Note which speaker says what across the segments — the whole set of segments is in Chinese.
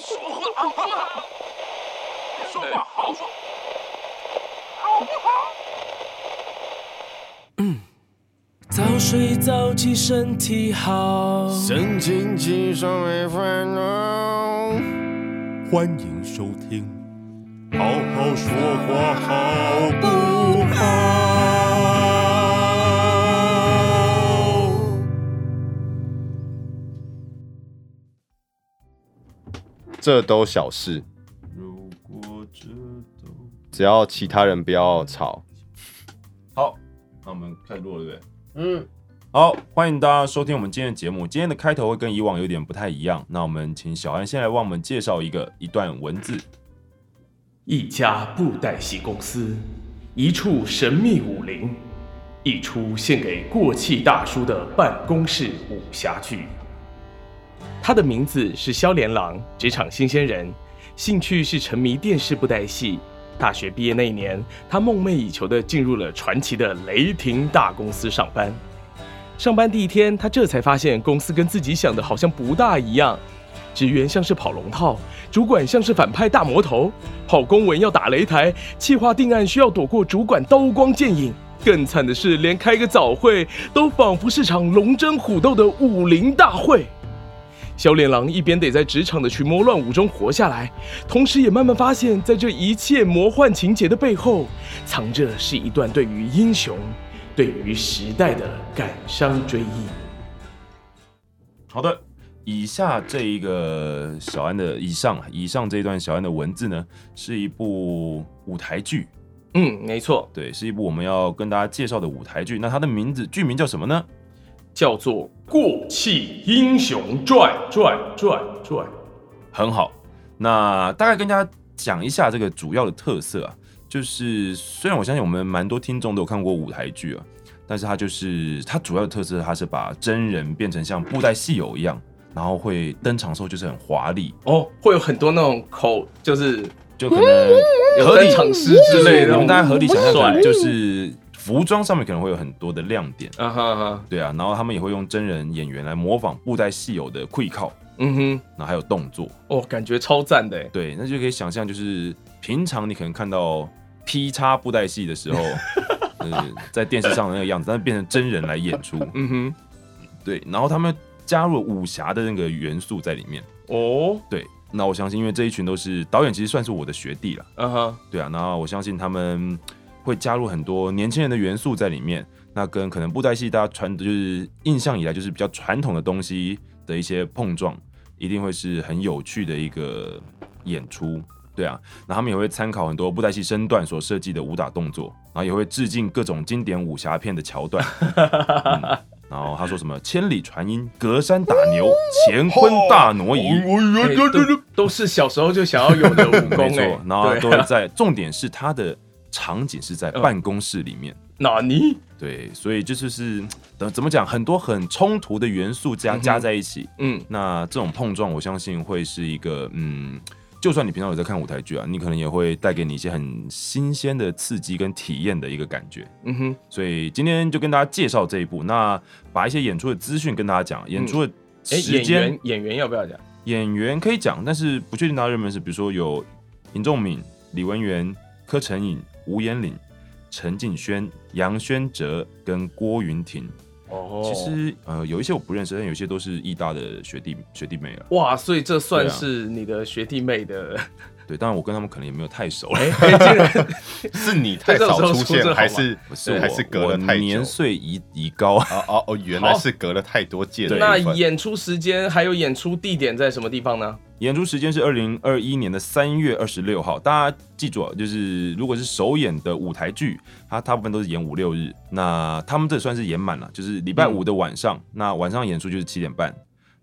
Speaker 1: 好不好？说话好说，好不好？
Speaker 2: 早睡早起身体好。
Speaker 3: 神清气爽没烦恼。欢迎收听，好好说话好不好？这都小事，
Speaker 4: 如果这都
Speaker 3: 只要其他人不要吵。
Speaker 4: 好，那我们开始录了，对不对？
Speaker 5: 嗯，
Speaker 4: 好，欢迎大家收听我们今天的节目。今天的开头会跟以往有点不太一样，那我们请小安先来为我们介绍一个一段文字。
Speaker 6: 一家布袋戏公司，一处神秘武林，一出献给过气大叔的办公室武侠剧。他的名字是萧连郎，职场新鲜人，兴趣是沉迷电视布袋戏。大学毕业那一年，他梦寐以求的进入了传奇的雷霆大公司上班。上班第一天，他这才发现公司跟自己想的好像不大一样，职员像是跑龙套，主管像是反派大魔头，跑公文要打擂台，企划定案需要躲过主管刀光剑影。更惨的是，连开个早会都仿佛是场龙争虎斗的武林大会。小脸狼一边得在职场的群魔乱舞中活下来，同时也慢慢发现，在这一切魔幻情节的背后，藏着是一段对于英雄、对于时代的感伤追忆。
Speaker 4: 好的，以下这一个小安的以上啊以上这一段小安的文字呢，是一部舞台剧，
Speaker 6: 嗯，没错，
Speaker 4: 对，是一部我们要跟大家介绍的舞台剧。那它的名字剧名叫什么呢？
Speaker 6: 叫做《过气英雄传》传传传。
Speaker 4: 很好。那大概跟大家讲一下这个主要的特色啊，就是虽然我相信我们蛮多听众都有看过舞台剧啊，但是它就是它主要的特色，它是把真人变成像布袋戏偶一样，然后会登场的时候就是很华丽，
Speaker 6: 哦，会有很多那种口，就是
Speaker 4: 就可能
Speaker 6: 有
Speaker 4: 合理
Speaker 6: 登场诗之类的那种，
Speaker 4: 我们大家合理想象，可
Speaker 6: 帅
Speaker 4: 能就是服装上面可能会有很多的亮点，
Speaker 6: 啊哈哈，
Speaker 4: 对啊，然后他们也会用真人演员来模仿布袋戏偶的跪靠，
Speaker 6: 嗯哼，
Speaker 4: 然后还有动作，
Speaker 6: 哦，感觉超赞的耶，欸
Speaker 4: 对，那就可以想象，就是平常你可能看到劈叉布袋戏的 时候，呃，在电视上的那个样子，但是变成真人来演出，
Speaker 6: 嗯
Speaker 4: 对，然后他们加入了武侠的那个元素在里面，
Speaker 6: 哼，哦，
Speaker 4: 对，那我相信，因为这一群都是导演，其实算是我的学弟了，
Speaker 6: 啊哈，
Speaker 4: 对啊，那我相信他们会加入很多年轻人的元素在里面，那跟可能布袋戏大家传就是印象以来就是比较传统的东西的一些碰撞，一定会是很有趣的一个演出。对啊，那他们也会参考很多布袋戏身段所设计的武打动作，然后也会致敬各种经典武侠片的桥段。嗯然后他说什么“千里传音，隔山打牛，乾坤大挪
Speaker 3: 哦
Speaker 4: 移”，
Speaker 6: 哎都都是小时候就想要有的武
Speaker 4: 没
Speaker 6: 功
Speaker 4: 错
Speaker 6: 哎，，
Speaker 4: 然后
Speaker 6: 对嗯
Speaker 4: 都会在，重点是它的场景是在办公室里面，
Speaker 6: 哪尼？
Speaker 4: 对，所以这就是怎怎么讲，很多很冲突的元素加
Speaker 6: 嗯哼
Speaker 4: 加在一起，
Speaker 6: 嗯，
Speaker 4: 那这种碰撞，我相信会是一个嗯。就算你平常有在看舞台剧啊，你可能也会带给你一些很新鲜的刺激跟体验的一个感觉。
Speaker 6: 嗯哼，
Speaker 4: 所以今天就跟大家介绍这一部，那把一些演出的资讯跟大家讲，演出的
Speaker 6: 哎，
Speaker 4: 时
Speaker 6: 演
Speaker 4: 间、
Speaker 6: 员演员要不要讲？
Speaker 4: 演员可以讲，但是不确定大家认不认识，比如说有尹仲敏、李文源、柯晨颖、吴彦岭、陈敬轩、杨轩哲跟郭云婷。
Speaker 6: 哦
Speaker 4: 其实呃有一些我不认识，但有一些都是义大的学弟学弟妹了。
Speaker 6: 哇，所以这算
Speaker 4: 对啊
Speaker 6: 是你的学弟妹的，
Speaker 4: 对，当然我跟他们可能也没有太熟了。
Speaker 6: 哎，哎竟然
Speaker 3: 是你太少出现，还是
Speaker 4: 不 是我
Speaker 3: 还是隔
Speaker 4: 我
Speaker 3: 了太久
Speaker 4: 年？岁已已高，
Speaker 3: 哦哦哦，原来是隔了太多届的
Speaker 6: 那
Speaker 3: 部分
Speaker 6: 演出时间还有演出地点在什么地方呢？
Speaker 4: 演出时间是二零二一年的三月二十六号，大家记住啊，就是如果是首演的舞台剧，它大部分都是演五六日，那他们这算是演满了，就是礼拜五的晚上，那晚上演出就是七点半，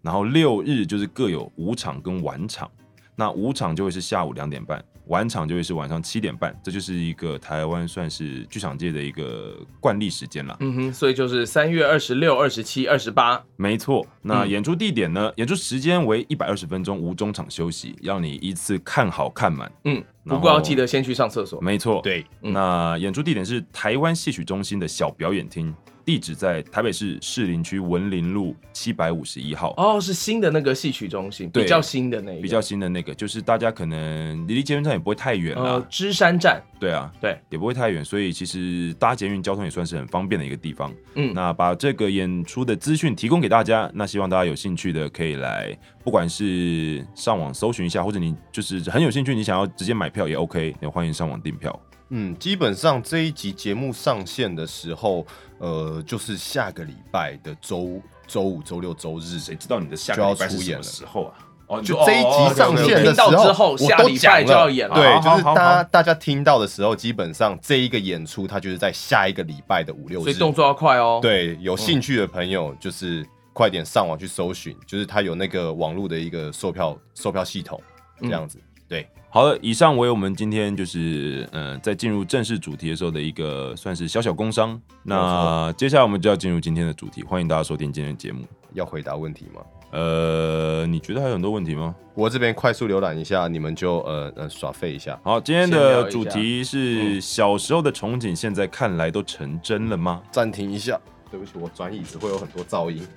Speaker 4: 然后六日就是各有五场跟晚场，那五场就会是下午两点半，晚场就会是晚上七点半，这就是一个台湾算是剧场界的一个惯例时间啦。
Speaker 6: 嗯哼，所以就是三月二十六、二十七、二十八。
Speaker 4: 没错，那
Speaker 6: 嗯
Speaker 4: 演出地点呢？演出时间为一百二十分钟，无中场休息，让你依次看好看满。
Speaker 6: 嗯，
Speaker 4: 然
Speaker 6: 不
Speaker 4: 后
Speaker 6: 过要记得先去上厕所。
Speaker 4: 没错，。
Speaker 3: 对，
Speaker 6: 嗯
Speaker 4: 那演出地点是台湾戏曲中心的小表演厅，地址在台北市士林区文林路七百五十一号。
Speaker 6: 哦，是新的那个戏曲中心，
Speaker 4: 对
Speaker 6: 比较新的那一个，
Speaker 4: 比较新的那个，就是大家可能离捷运站也不会太远啦，
Speaker 6: 呃芝山站，
Speaker 4: 对啊，
Speaker 6: 对，
Speaker 4: 也不会太远，所以其实搭捷运交通也算是很方便的一个地方。
Speaker 6: 嗯，
Speaker 4: 那把这个演出的资讯提供给大家，那希望大家有兴趣的可以来，不管是上网搜寻一下，或者你就是很有兴趣，你想要直接买票也 OK，也欢迎上网订票。
Speaker 3: 嗯，基本上这一集节目上线的时候，呃，就是下个礼拜的周周五、周六、周日，
Speaker 7: 谁知道你的下
Speaker 3: 就
Speaker 7: 个
Speaker 3: 要
Speaker 7: 礼拜是
Speaker 3: 出
Speaker 7: 什
Speaker 3: 演
Speaker 7: 么
Speaker 3: 了
Speaker 7: 时候啊？哦，你
Speaker 3: 就
Speaker 7: 说
Speaker 3: 这一
Speaker 7: 哦
Speaker 3: 集上线
Speaker 7: 哦
Speaker 3: 的
Speaker 6: 听到
Speaker 3: 时候，
Speaker 6: 之后
Speaker 3: 我
Speaker 6: 下
Speaker 3: 都
Speaker 6: 礼
Speaker 3: 讲
Speaker 6: 拜就要演了
Speaker 3: 对，
Speaker 4: 好
Speaker 3: 就是
Speaker 4: 好
Speaker 3: 大家
Speaker 4: 好
Speaker 3: 大家听到的时候，基本上这一个演出，它就是在下一个礼拜的五六
Speaker 6: 所
Speaker 3: 日
Speaker 6: 以。动作要快哦。，
Speaker 3: 对，有兴趣的朋友就是快点上网去搜寻，就是它有那个网络的一个售票售票系统这样子。对，
Speaker 4: 好了，以上为我们今天就是呃，在进入正式主题的时候的一个算是小小工商。那接下来我们就要进入今天的主题，欢迎大家收听今天的节目。
Speaker 3: 要回答问题吗？
Speaker 4: 呃，你觉得还有很多问题吗？
Speaker 3: 我这边快速浏览一下，你们就呃呃耍废一下。嗯
Speaker 4: 好，今天
Speaker 6: 先聊
Speaker 4: 的
Speaker 6: 一
Speaker 4: 主
Speaker 6: 下
Speaker 4: 题是小时候的憧憬，现在看来都成真了吗？
Speaker 3: 暂停一下，对不起，我转椅子会有很多噪音。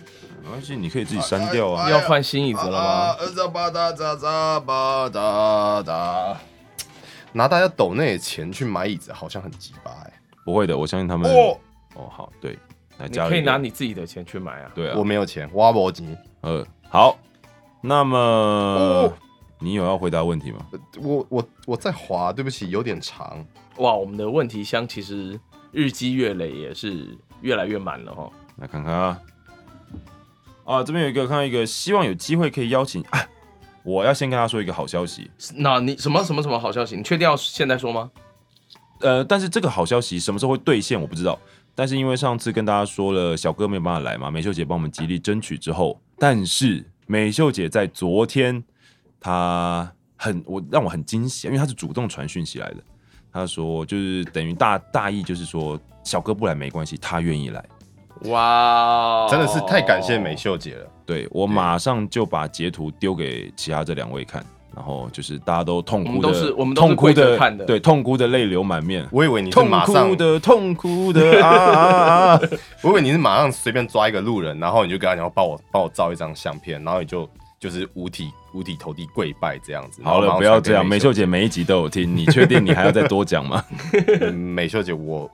Speaker 4: 没关系，你可以自己删掉啊。
Speaker 6: 要换新椅子了吗？
Speaker 3: 啊？扎巴达扎扎巴达达，拿大家抖那点钱去买椅子，好像很鸡巴哎。
Speaker 4: 不会的，我相信他们。
Speaker 3: 哦
Speaker 4: 哦，好，对，来
Speaker 6: 你
Speaker 4: 加
Speaker 6: 可以拿你自己的钱去买啊。
Speaker 4: 对啊
Speaker 3: 我，没有钱，挖脖金。
Speaker 4: 呃，好，那么、
Speaker 3: 哦
Speaker 4: 你有要回答问题吗？
Speaker 3: 我我我在滑，对不起，有点长。
Speaker 6: 哇，我们的问题箱其实日积月累也是越来越满了哈。
Speaker 4: 来看看啊，啊，这边有一个看到一个，希望有机会可以邀请啊。我要先跟他说一个好消息，
Speaker 6: 那你什么什么什么好消息？你确定要现在说吗？
Speaker 4: 呃，但是这个好消息什么时候会兑现我不知道。但是因为上次跟大家说了，小哥没有办法来嘛，美秀姐帮我们极力争取之后，但是美秀姐在昨天，她很我让我很惊喜，因为她是主动传讯息来的。她说就是等于大大意就是说小哥不来没关系，她愿意来。
Speaker 6: 哇，
Speaker 3: 真的是太感谢美。秀姐了。
Speaker 4: 对我马上就把截图丢给其他这两位看，然后就是大家都痛哭的，
Speaker 6: 我们都是我们都是
Speaker 4: 痛哭
Speaker 6: 跪着
Speaker 4: 的
Speaker 6: 看的
Speaker 4: 对，痛哭的泪流满面，
Speaker 3: 我以为你是
Speaker 4: 痛
Speaker 3: 马上
Speaker 4: 哭，的痛哭的啊啊啊！
Speaker 3: 我以为你是马上随便抓一个路人，然后你就跟他讲，哦帮我帮我照一张相片，然后你就就是五体五体投地跪拜这样子。
Speaker 4: 好
Speaker 3: 然
Speaker 4: 了，
Speaker 3: 后
Speaker 4: 不
Speaker 3: 马上
Speaker 4: 要
Speaker 3: 传给
Speaker 4: 这样，美
Speaker 3: 美
Speaker 4: 秀姐每一集都有听，你确定你还要再多讲吗？
Speaker 3: 嗯美秀姐，我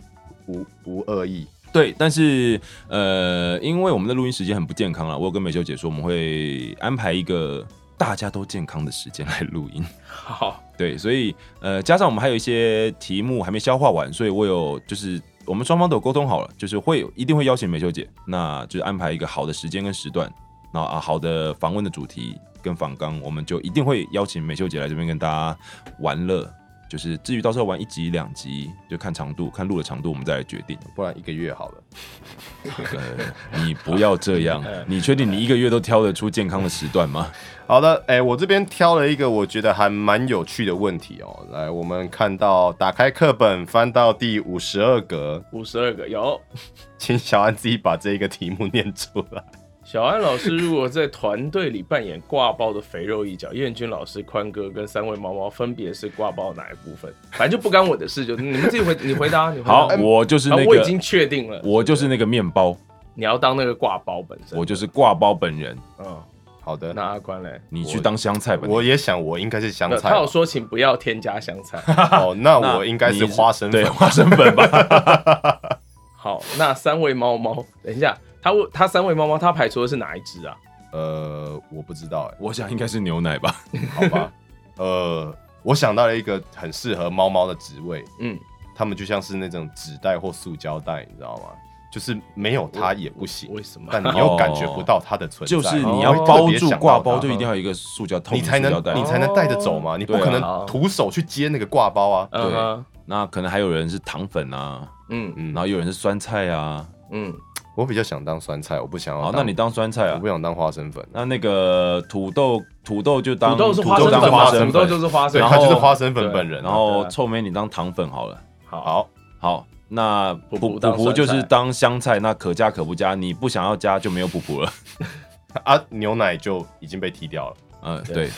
Speaker 3: 无无恶意。
Speaker 4: 对，但是呃，因为我们的录音时间很不健康了，我有跟美秀姐说我们会安排一个大家都健康的时间来录音。
Speaker 6: 好，
Speaker 4: 对，所以呃，加上我们还有一些题目还没消化完，所以我有就是我们双方都有沟通好了，就是会有一定会邀请美秀姐，那就是安排一个好的时间跟时段，然后啊好的访问的主题跟访纲，我们就一定会邀请美秀姐来这边跟大家玩乐。就是至于到时候玩一集两集，就看长度，看录的长度，我们再来决 定。
Speaker 3: 不然一个月好了。
Speaker 4: 呃，你不要这样，你确定你一个月都挑得出健康的时段 吗？
Speaker 3: 好的，哎、我这边挑了一个我觉得还蛮有趣的问题哦。来，我们看到打开课本，翻到第五十二格，
Speaker 6: 五十二个有。
Speaker 3: 请小安自己把这个题目念出来。
Speaker 6: 小安老师如果在团队里扮演挂包的肥肉一角，燕君老师、宽哥跟三位毛毛分别是挂包哪一部分？反正就不干我的事，就你们自己回， 你回答，你回答。
Speaker 4: 好，
Speaker 6: 啊
Speaker 4: 我就是那个，
Speaker 6: 我已经确定了，
Speaker 4: 我就是那个面包，
Speaker 6: 你要当那个挂包本身。
Speaker 4: 我就是挂包本人。
Speaker 6: 嗯，
Speaker 3: 好的，
Speaker 6: 那阿关嘞，
Speaker 4: 你去当香菜吧。
Speaker 3: 我也想我应该是香
Speaker 6: 那
Speaker 3: 菜
Speaker 6: 他有说请不要添加香 菜。
Speaker 3: 哦，那
Speaker 4: 啊那
Speaker 3: 我应该是
Speaker 4: 你
Speaker 3: 花生粉
Speaker 4: 对。花生粉吧。
Speaker 6: 好，那三位猫猫，等一下，他问他三位猫猫，他排除的是哪一只啊？
Speaker 3: 呃，我不知道
Speaker 4: 我想应该是牛奶 吧。
Speaker 3: 哎，好吧。呃，我想到了一个很适合猫猫的职位，
Speaker 6: 嗯，
Speaker 3: 它们就像是那种纸袋或塑胶袋，你知道吗？就是没有它也不行，
Speaker 6: 为什么？
Speaker 3: 但你又感觉不到它的存在，
Speaker 4: 哦
Speaker 3: 哦
Speaker 4: 就是你
Speaker 3: 会
Speaker 4: 要
Speaker 3: 特
Speaker 4: 包
Speaker 3: 别
Speaker 4: 住
Speaker 3: 想
Speaker 4: 挂
Speaker 3: 到它
Speaker 4: 包，就一定要有一个塑胶透
Speaker 3: 你
Speaker 4: 明
Speaker 3: 才
Speaker 4: 塑胶
Speaker 3: 能
Speaker 4: 袋
Speaker 3: 你。才能带得走嘛，你不可
Speaker 4: 对啊呃
Speaker 3: 能徒手去接那个挂包啊。
Speaker 6: 嗯哼
Speaker 4: 那可能还有人是糖粉啊，
Speaker 6: 嗯
Speaker 3: 嗯
Speaker 4: 然后有人是酸菜啊。
Speaker 6: 嗯，
Speaker 3: 我比较想当酸菜，我不想要
Speaker 4: 好，
Speaker 3: 当。
Speaker 4: 那你当酸菜
Speaker 3: 我
Speaker 4: 啊
Speaker 3: 不。想当花生粉，
Speaker 4: 那那个土豆，土豆就当
Speaker 6: 土豆是花
Speaker 4: 土
Speaker 6: 生
Speaker 4: 当
Speaker 6: 粉
Speaker 4: 花
Speaker 6: 嘛，
Speaker 4: 生
Speaker 6: 土
Speaker 4: 粉，
Speaker 6: 豆就是花
Speaker 3: 对，
Speaker 6: 生，
Speaker 3: 他就是
Speaker 6: 然后
Speaker 3: 花生粉
Speaker 6: 对
Speaker 3: 本人啊。
Speaker 4: 然
Speaker 6: 对
Speaker 4: 后
Speaker 6: 啊
Speaker 4: 臭美你当糖粉好了。
Speaker 6: 好，
Speaker 3: 好，
Speaker 4: 好，那
Speaker 6: 普普
Speaker 4: 普
Speaker 6: 当
Speaker 4: 普普就
Speaker 6: 酸
Speaker 4: 是
Speaker 6: 菜
Speaker 4: 当香菜，那可加可不加，你不想要加就没有普普了。呃
Speaker 3: 啊，牛奶就已经被踢掉了。
Speaker 4: 嗯，对。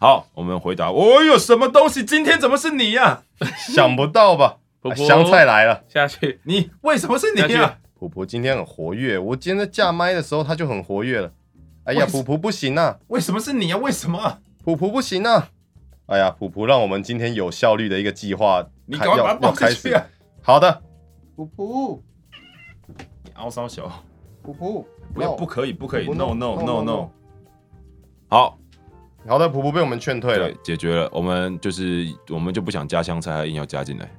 Speaker 4: 好，我们回答：“哦哟，什么东西？今天怎么是你呀、
Speaker 3: 想不到吧？
Speaker 6: 婆
Speaker 3: 啊
Speaker 6: 婆
Speaker 3: 香菜来了。
Speaker 6: 下去，
Speaker 4: 你为什么是你
Speaker 6: 下去
Speaker 4: 哎呀、
Speaker 3: 婆婆今天很活跃，我今天在架麦的时候她就很活跃了。
Speaker 4: 为
Speaker 3: 哎呀，
Speaker 4: 什
Speaker 3: 普普不行啊，
Speaker 4: 为什么是你呀、为什么啊、
Speaker 3: 普普不行啊！哎呀，普普让我们今天有效率的一个计划，
Speaker 4: 你
Speaker 3: 开
Speaker 4: 赶快把
Speaker 3: 要
Speaker 4: 它抱
Speaker 3: 要开
Speaker 4: 下去
Speaker 3: 始
Speaker 4: 啊！。
Speaker 3: 好的，
Speaker 8: 噗噗
Speaker 4: 你凹烧小，
Speaker 8: 噗噗，
Speaker 4: 不要，
Speaker 8: No
Speaker 4: 不可以，不可以
Speaker 3: 不
Speaker 4: ，no
Speaker 3: no，
Speaker 4: no
Speaker 3: no，
Speaker 4: no
Speaker 3: no，
Speaker 4: no
Speaker 3: no。
Speaker 4: 好，
Speaker 3: 好的，普普被我们劝退了
Speaker 4: 对，。解决了。我们就是我们就不想加香菜，还硬要加进来。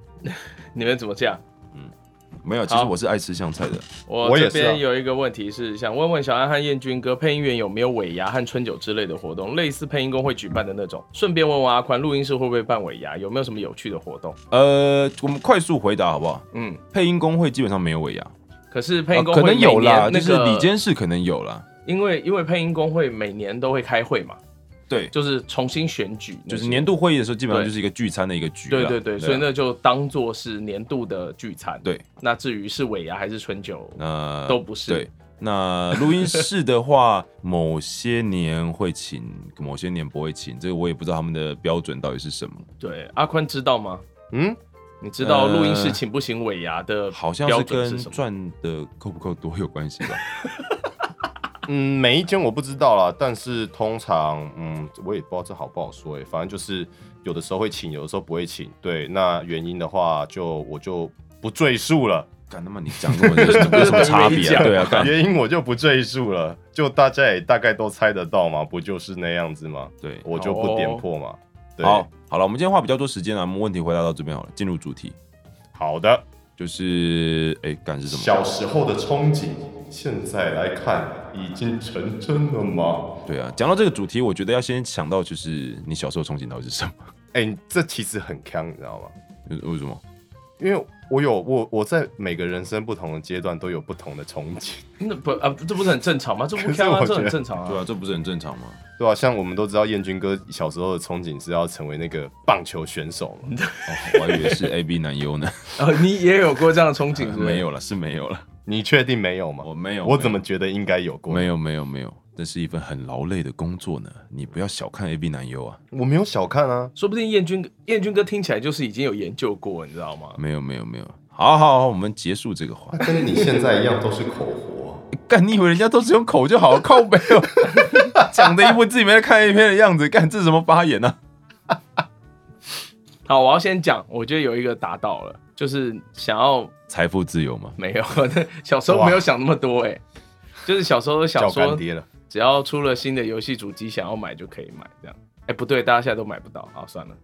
Speaker 6: 你们怎么这样？
Speaker 4: 没有，其实
Speaker 6: 好
Speaker 4: 我是爱吃香菜的。
Speaker 6: 我
Speaker 3: 我
Speaker 6: 这
Speaker 3: 也是啊
Speaker 6: 边有一个问题是，想问问小安和燕君哥，配音员有没有尾牙和春酒之类的活动，类似配音工会举办的那种？顺便问问阿宽，录音室会不会办尾牙？有没有什么有趣的活动？
Speaker 4: 呃，我们快速回答好不好？
Speaker 6: 嗯，
Speaker 4: 配音工会基本上没有尾牙，
Speaker 6: 可是配音工
Speaker 4: 呃
Speaker 6: 会、
Speaker 4: 可能有啦，
Speaker 6: 那
Speaker 4: 就是
Speaker 6: 个
Speaker 4: 里监事可能有啦，
Speaker 6: 因为因为配音工会每年都会开会嘛，
Speaker 4: 对，
Speaker 6: 就是重新选举那些，
Speaker 4: 就是年度会议的时候，基本上
Speaker 6: 对
Speaker 4: 就是一个聚餐的一个局啦。
Speaker 6: 对对对，
Speaker 4: 啊
Speaker 6: 所以那就当做是年度的聚餐。
Speaker 4: 对，
Speaker 6: 那至于是尾牙还是春酒，
Speaker 4: 呃
Speaker 6: 都不是
Speaker 4: 对。那录音室的话，某些年会请，某些年不会请，这个我也不知道他们的标准到底是什么。
Speaker 6: 对，阿宽知道吗？
Speaker 3: 嗯，
Speaker 6: 你知道
Speaker 4: 呃
Speaker 6: 录音室请不请尾牙的
Speaker 4: 好像
Speaker 6: 呃标
Speaker 4: 是
Speaker 6: 准
Speaker 4: 跟
Speaker 6: 是什么？
Speaker 4: 赚的够不够多有关系吧？
Speaker 3: 嗯，每一间我不知道啦，但是通常，嗯，我也不知道这好不好说诶、反正就是有的时候会请，有的时候不会请。对，那原因的话就我就不赘述了，
Speaker 4: 干他妈你讲 跟我有什么有什么差别啊？对啊，干
Speaker 3: 原因我就不赘述了，就大家也大概都猜得到嘛，不就是那样子吗？
Speaker 4: 对。
Speaker 3: 我就不点破嘛。对，
Speaker 4: 好，好了，我们今天花比较多时间啊了，我们问题回答到这边好了，进入主题，
Speaker 3: 好的。
Speaker 4: 就是哎，干是什么？
Speaker 3: 小时候的憧憬，现在来看已经成真了吗？
Speaker 4: 对啊，讲到这个主题，我觉得要先想到就是你小时候憧憬到底是什么？
Speaker 3: 哎、这其实很坑，你知道吗？
Speaker 4: 为什么？
Speaker 3: 因为我有我我在每个人生不同的阶段都有不同的憧憬，
Speaker 6: 那不啊，这不是很正常吗？这不
Speaker 3: 可是
Speaker 6: 看啊，
Speaker 3: 我
Speaker 6: 这
Speaker 3: 觉
Speaker 6: 很
Speaker 3: 得
Speaker 6: 正常啊。
Speaker 4: 对啊，这不是很正常吗？
Speaker 3: 对吧、像我们都知道燕军哥小时候的憧憬是要成为那个棒球选手嘛，
Speaker 4: 哦，我还以 为是 A B 男优呢，
Speaker 6: 哦，你也有过这样的憧憬是不是？
Speaker 4: 没有了，是没有了，
Speaker 3: 你确定没有吗？
Speaker 4: 我没有，
Speaker 3: 我怎么觉得应该有过？
Speaker 4: 没，有没有没有？这是一份很劳累的工作呢，你不要小看 A B 男优啊！
Speaker 3: 我没有小看啊。
Speaker 6: 说不定燕君燕君哥听起来就是已经有研究过，你知道吗？
Speaker 4: 没有没有没有，好好好，我们结束这个话
Speaker 3: 他。啊跟你现在一样都是口活啊、
Speaker 4: 啊 干，你以为人家都是用口就 好了，靠背哦， 讲的一副自己没在看 A 片的样子，干这是什么发言呢、啊？
Speaker 6: 好，我要先讲，我觉得有一个达到了，就是想要
Speaker 4: 财富自由吗？
Speaker 6: 没有， 小时候没有想那么多哎、就是小时候都想
Speaker 3: 叫
Speaker 6: 说
Speaker 3: 干，爹了。
Speaker 6: 只要出了新的游戏主机，想要买就可以买这样。哎、不对，大家现在都买不到，好算了。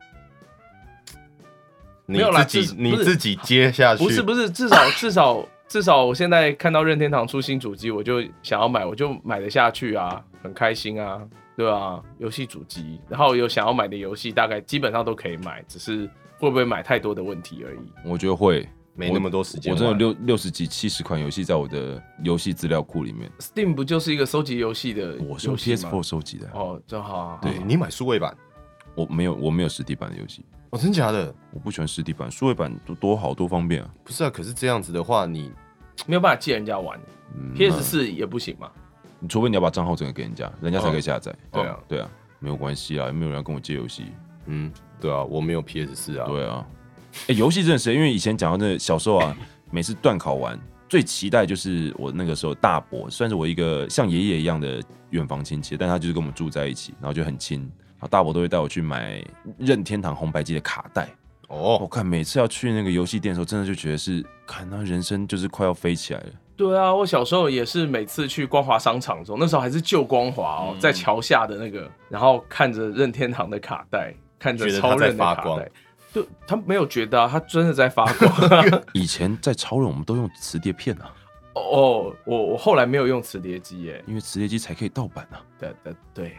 Speaker 3: 你
Speaker 6: 没有啦
Speaker 3: 自
Speaker 6: 就
Speaker 3: 己
Speaker 6: 是
Speaker 3: 你
Speaker 6: 不是
Speaker 3: 自己接下去，
Speaker 6: 不是不是，至 少至少至少，我现在看到任天堂出新主机，我就想要买，我就买得下去啊，很开心啊，对啊，游戏主机，然后有想要买的游戏，大概基本上都可以买，只是会不会买太多的问题而已。
Speaker 4: 我觉得会，
Speaker 3: 没那么多时间
Speaker 4: 我
Speaker 3: 玩。哦
Speaker 4: 真的有六六十几、七十款游戏在我的游戏资料库里面，
Speaker 6: Steam 不就是一个收集游戏的
Speaker 4: 我是
Speaker 6: 游
Speaker 4: 用
Speaker 6: 戏
Speaker 4: PS4
Speaker 6: 吗？
Speaker 4: 收集的，
Speaker 6: 哦，正好啊，
Speaker 4: 对
Speaker 3: 你你买数位版，
Speaker 4: 我没有我没有实体版的游戏，
Speaker 3: 哦，真假的？
Speaker 4: 我不喜欢实体版，数位版多多好多方便啊。
Speaker 3: 不是啊，可是这样子的话，你
Speaker 6: 没有办法借人家玩
Speaker 4: 嗯
Speaker 6: ，PS 四也不行嘛。
Speaker 4: 你除非你要把账号整个给人家，人家才可以下载。
Speaker 6: 对啊，
Speaker 4: 对啊，没有关系啊，没有人要跟我借游戏。
Speaker 3: 嗯，对啊，我没有 PS 四啊，
Speaker 4: 对啊，哎、游戏真的是，因为以前讲到那小时候 啊，每次断考完，最期待就是我那个时候大伯，算是我一个像爷爷一样的远房亲戚，但他就是跟我们住在一起，然后就很亲。然后大伯都会带我去买任天堂红白机的卡带。我、
Speaker 3: 哦，
Speaker 4: 看每次要去那个游戏店的时候，真的就觉得是，看那人生就是快要飞起来了。
Speaker 6: 对啊，我小时候也是每次去光华商场中，那时候还是旧光华哦，
Speaker 4: 嗯
Speaker 6: 在桥下的那个，然后看着任天堂的卡带，看着
Speaker 3: 觉得它
Speaker 6: 超人的
Speaker 3: 在发
Speaker 6: 卡
Speaker 3: 光
Speaker 6: 带，对他没有觉得啊，他真的在发光。啊
Speaker 4: 以前在超人，我们都用磁碟片啊，
Speaker 6: 哦，我我后来没有用磁碟机耶，
Speaker 4: 因为磁碟机才可以盗版啊。
Speaker 6: 对对对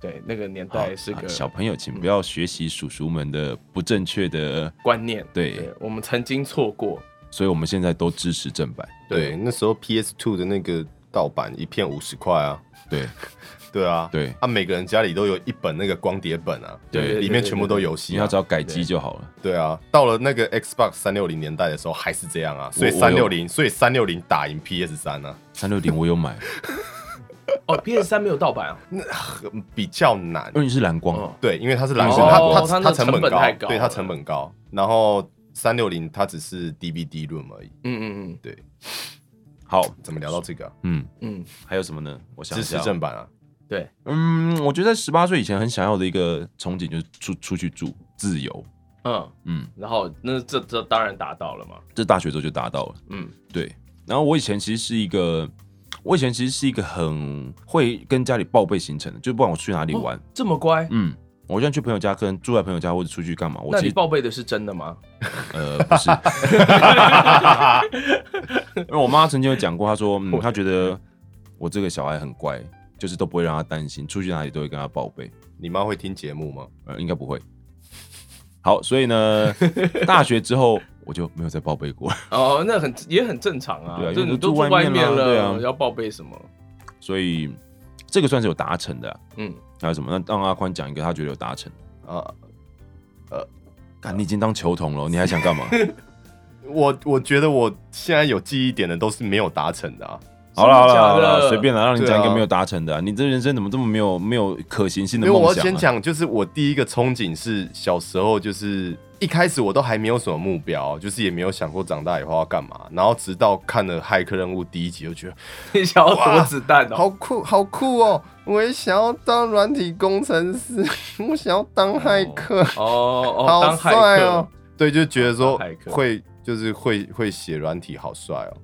Speaker 6: 对，那个年
Speaker 4: 好
Speaker 6: 代是
Speaker 4: 啊
Speaker 6: 个
Speaker 4: 小朋友，请不要学习叔叔们的不正确的，
Speaker 6: 观念，
Speaker 4: 对
Speaker 6: 我们曾经错过，
Speaker 4: 所以我们现在都支持正版。
Speaker 3: 对，那时候 PS two 的那个盗版一片五十块啊，
Speaker 4: 对
Speaker 3: 对啊，
Speaker 4: 对
Speaker 3: 啊，每个人家里都有一本那个光碟本啊，
Speaker 4: 对对
Speaker 3: 里面全部都游戏
Speaker 4: 你
Speaker 3: 啊
Speaker 4: 要只，要改机就好了。
Speaker 3: 对啊，到了那个 Xbox 三六零年代的时候还是这样啊，所以
Speaker 4: 我我
Speaker 3: 三
Speaker 4: 有
Speaker 3: 六零，所以三六零打赢 PS 三啊，
Speaker 4: 三六零我有买，
Speaker 6: 哦，PS 三没有盗版啊，
Speaker 3: 很嗯比较难
Speaker 4: 因。为你是蓝光，
Speaker 6: 嗯
Speaker 3: 对，因为它是蓝
Speaker 4: 哦
Speaker 3: 光，它
Speaker 6: 它
Speaker 3: 它
Speaker 6: 那
Speaker 3: 成
Speaker 6: 成本
Speaker 3: 高
Speaker 6: 太高，
Speaker 3: 对，
Speaker 6: 了
Speaker 3: 它成本高。然后三六零它只是 DVD 论而已。
Speaker 6: 嗯嗯
Speaker 3: 对，
Speaker 4: 好，
Speaker 3: 怎么聊到这个啊？
Speaker 4: 嗯，
Speaker 6: 嗯
Speaker 4: 还有什么呢？我想
Speaker 3: 支
Speaker 4: 一
Speaker 3: 持
Speaker 4: 下，
Speaker 3: 正版啊？
Speaker 4: 嗯，我觉得十八岁以前很想要的一个憧憬就是出出去住，自由，
Speaker 6: 嗯嗯，
Speaker 4: 嗯，
Speaker 6: 然后那这这当然达到了嘛，
Speaker 4: 这大学之后就达到了。
Speaker 6: 嗯
Speaker 4: 对，然后我以前其实是一个，我以前其实是一个很会跟家里报备行程的，就不管我去哪
Speaker 6: 哦
Speaker 4: 里玩，
Speaker 6: 这么乖，
Speaker 4: 嗯，我就算去朋友家，可能住在朋友家或者出去干嘛，我
Speaker 6: 那
Speaker 4: 其
Speaker 6: 你
Speaker 4: 实
Speaker 6: 报备的是真的吗？
Speaker 4: 呃不 是，因为我妈曾经有讲过，她说，嗯，她觉得我这个小孩很乖，就是都不会让她担心，出去哪里都会跟她报备，
Speaker 3: 你妈会听节目吗？
Speaker 4: 呃，应该不会。好，所以 呢，大学之后我就没有再报备过。
Speaker 6: 哦，那很也很正常啊，
Speaker 4: 对啊
Speaker 6: 就
Speaker 4: 因为
Speaker 6: 你
Speaker 4: 都
Speaker 6: 都住
Speaker 4: 住外面
Speaker 6: 面
Speaker 4: 啦对啊
Speaker 6: 了，要报备什么？
Speaker 4: 所以这个算是有达成的啊、
Speaker 6: 嗯，
Speaker 4: 还有什么？那让阿宽讲一个他觉得有达成。
Speaker 3: 啊，
Speaker 4: 干，你已经当球童了，你还想干嘛？
Speaker 3: 我我觉得我现在有记忆点的都是没有达成的啊。
Speaker 4: 好了好了
Speaker 6: 真的假
Speaker 4: 好
Speaker 6: 的
Speaker 4: 了，随便了，让你讲一
Speaker 3: 对
Speaker 4: 个
Speaker 3: 啊
Speaker 4: 没有达成的啊、你这人生怎么这么没有没有可行性
Speaker 3: 因
Speaker 4: 的
Speaker 3: 为
Speaker 4: 梦想、啊？
Speaker 3: 我要先，讲，就是我第一个憧憬是小时候，就是一开始我都还没有什么目标，就是也没有想过长大以后要干嘛。然后直到看了《骇客任务》第一集，就觉得
Speaker 6: 你想要躲
Speaker 3: 哇
Speaker 6: 子弹哦，
Speaker 3: 好酷，好酷哦！我也想要当软体工程师，我想要当骇客，
Speaker 6: 哦哦，
Speaker 3: 好
Speaker 6: 当骇
Speaker 3: 帅
Speaker 6: 客
Speaker 3: 哦！对，就觉得说
Speaker 6: 当骇客
Speaker 3: 会，就是会会写软体，好帅哦！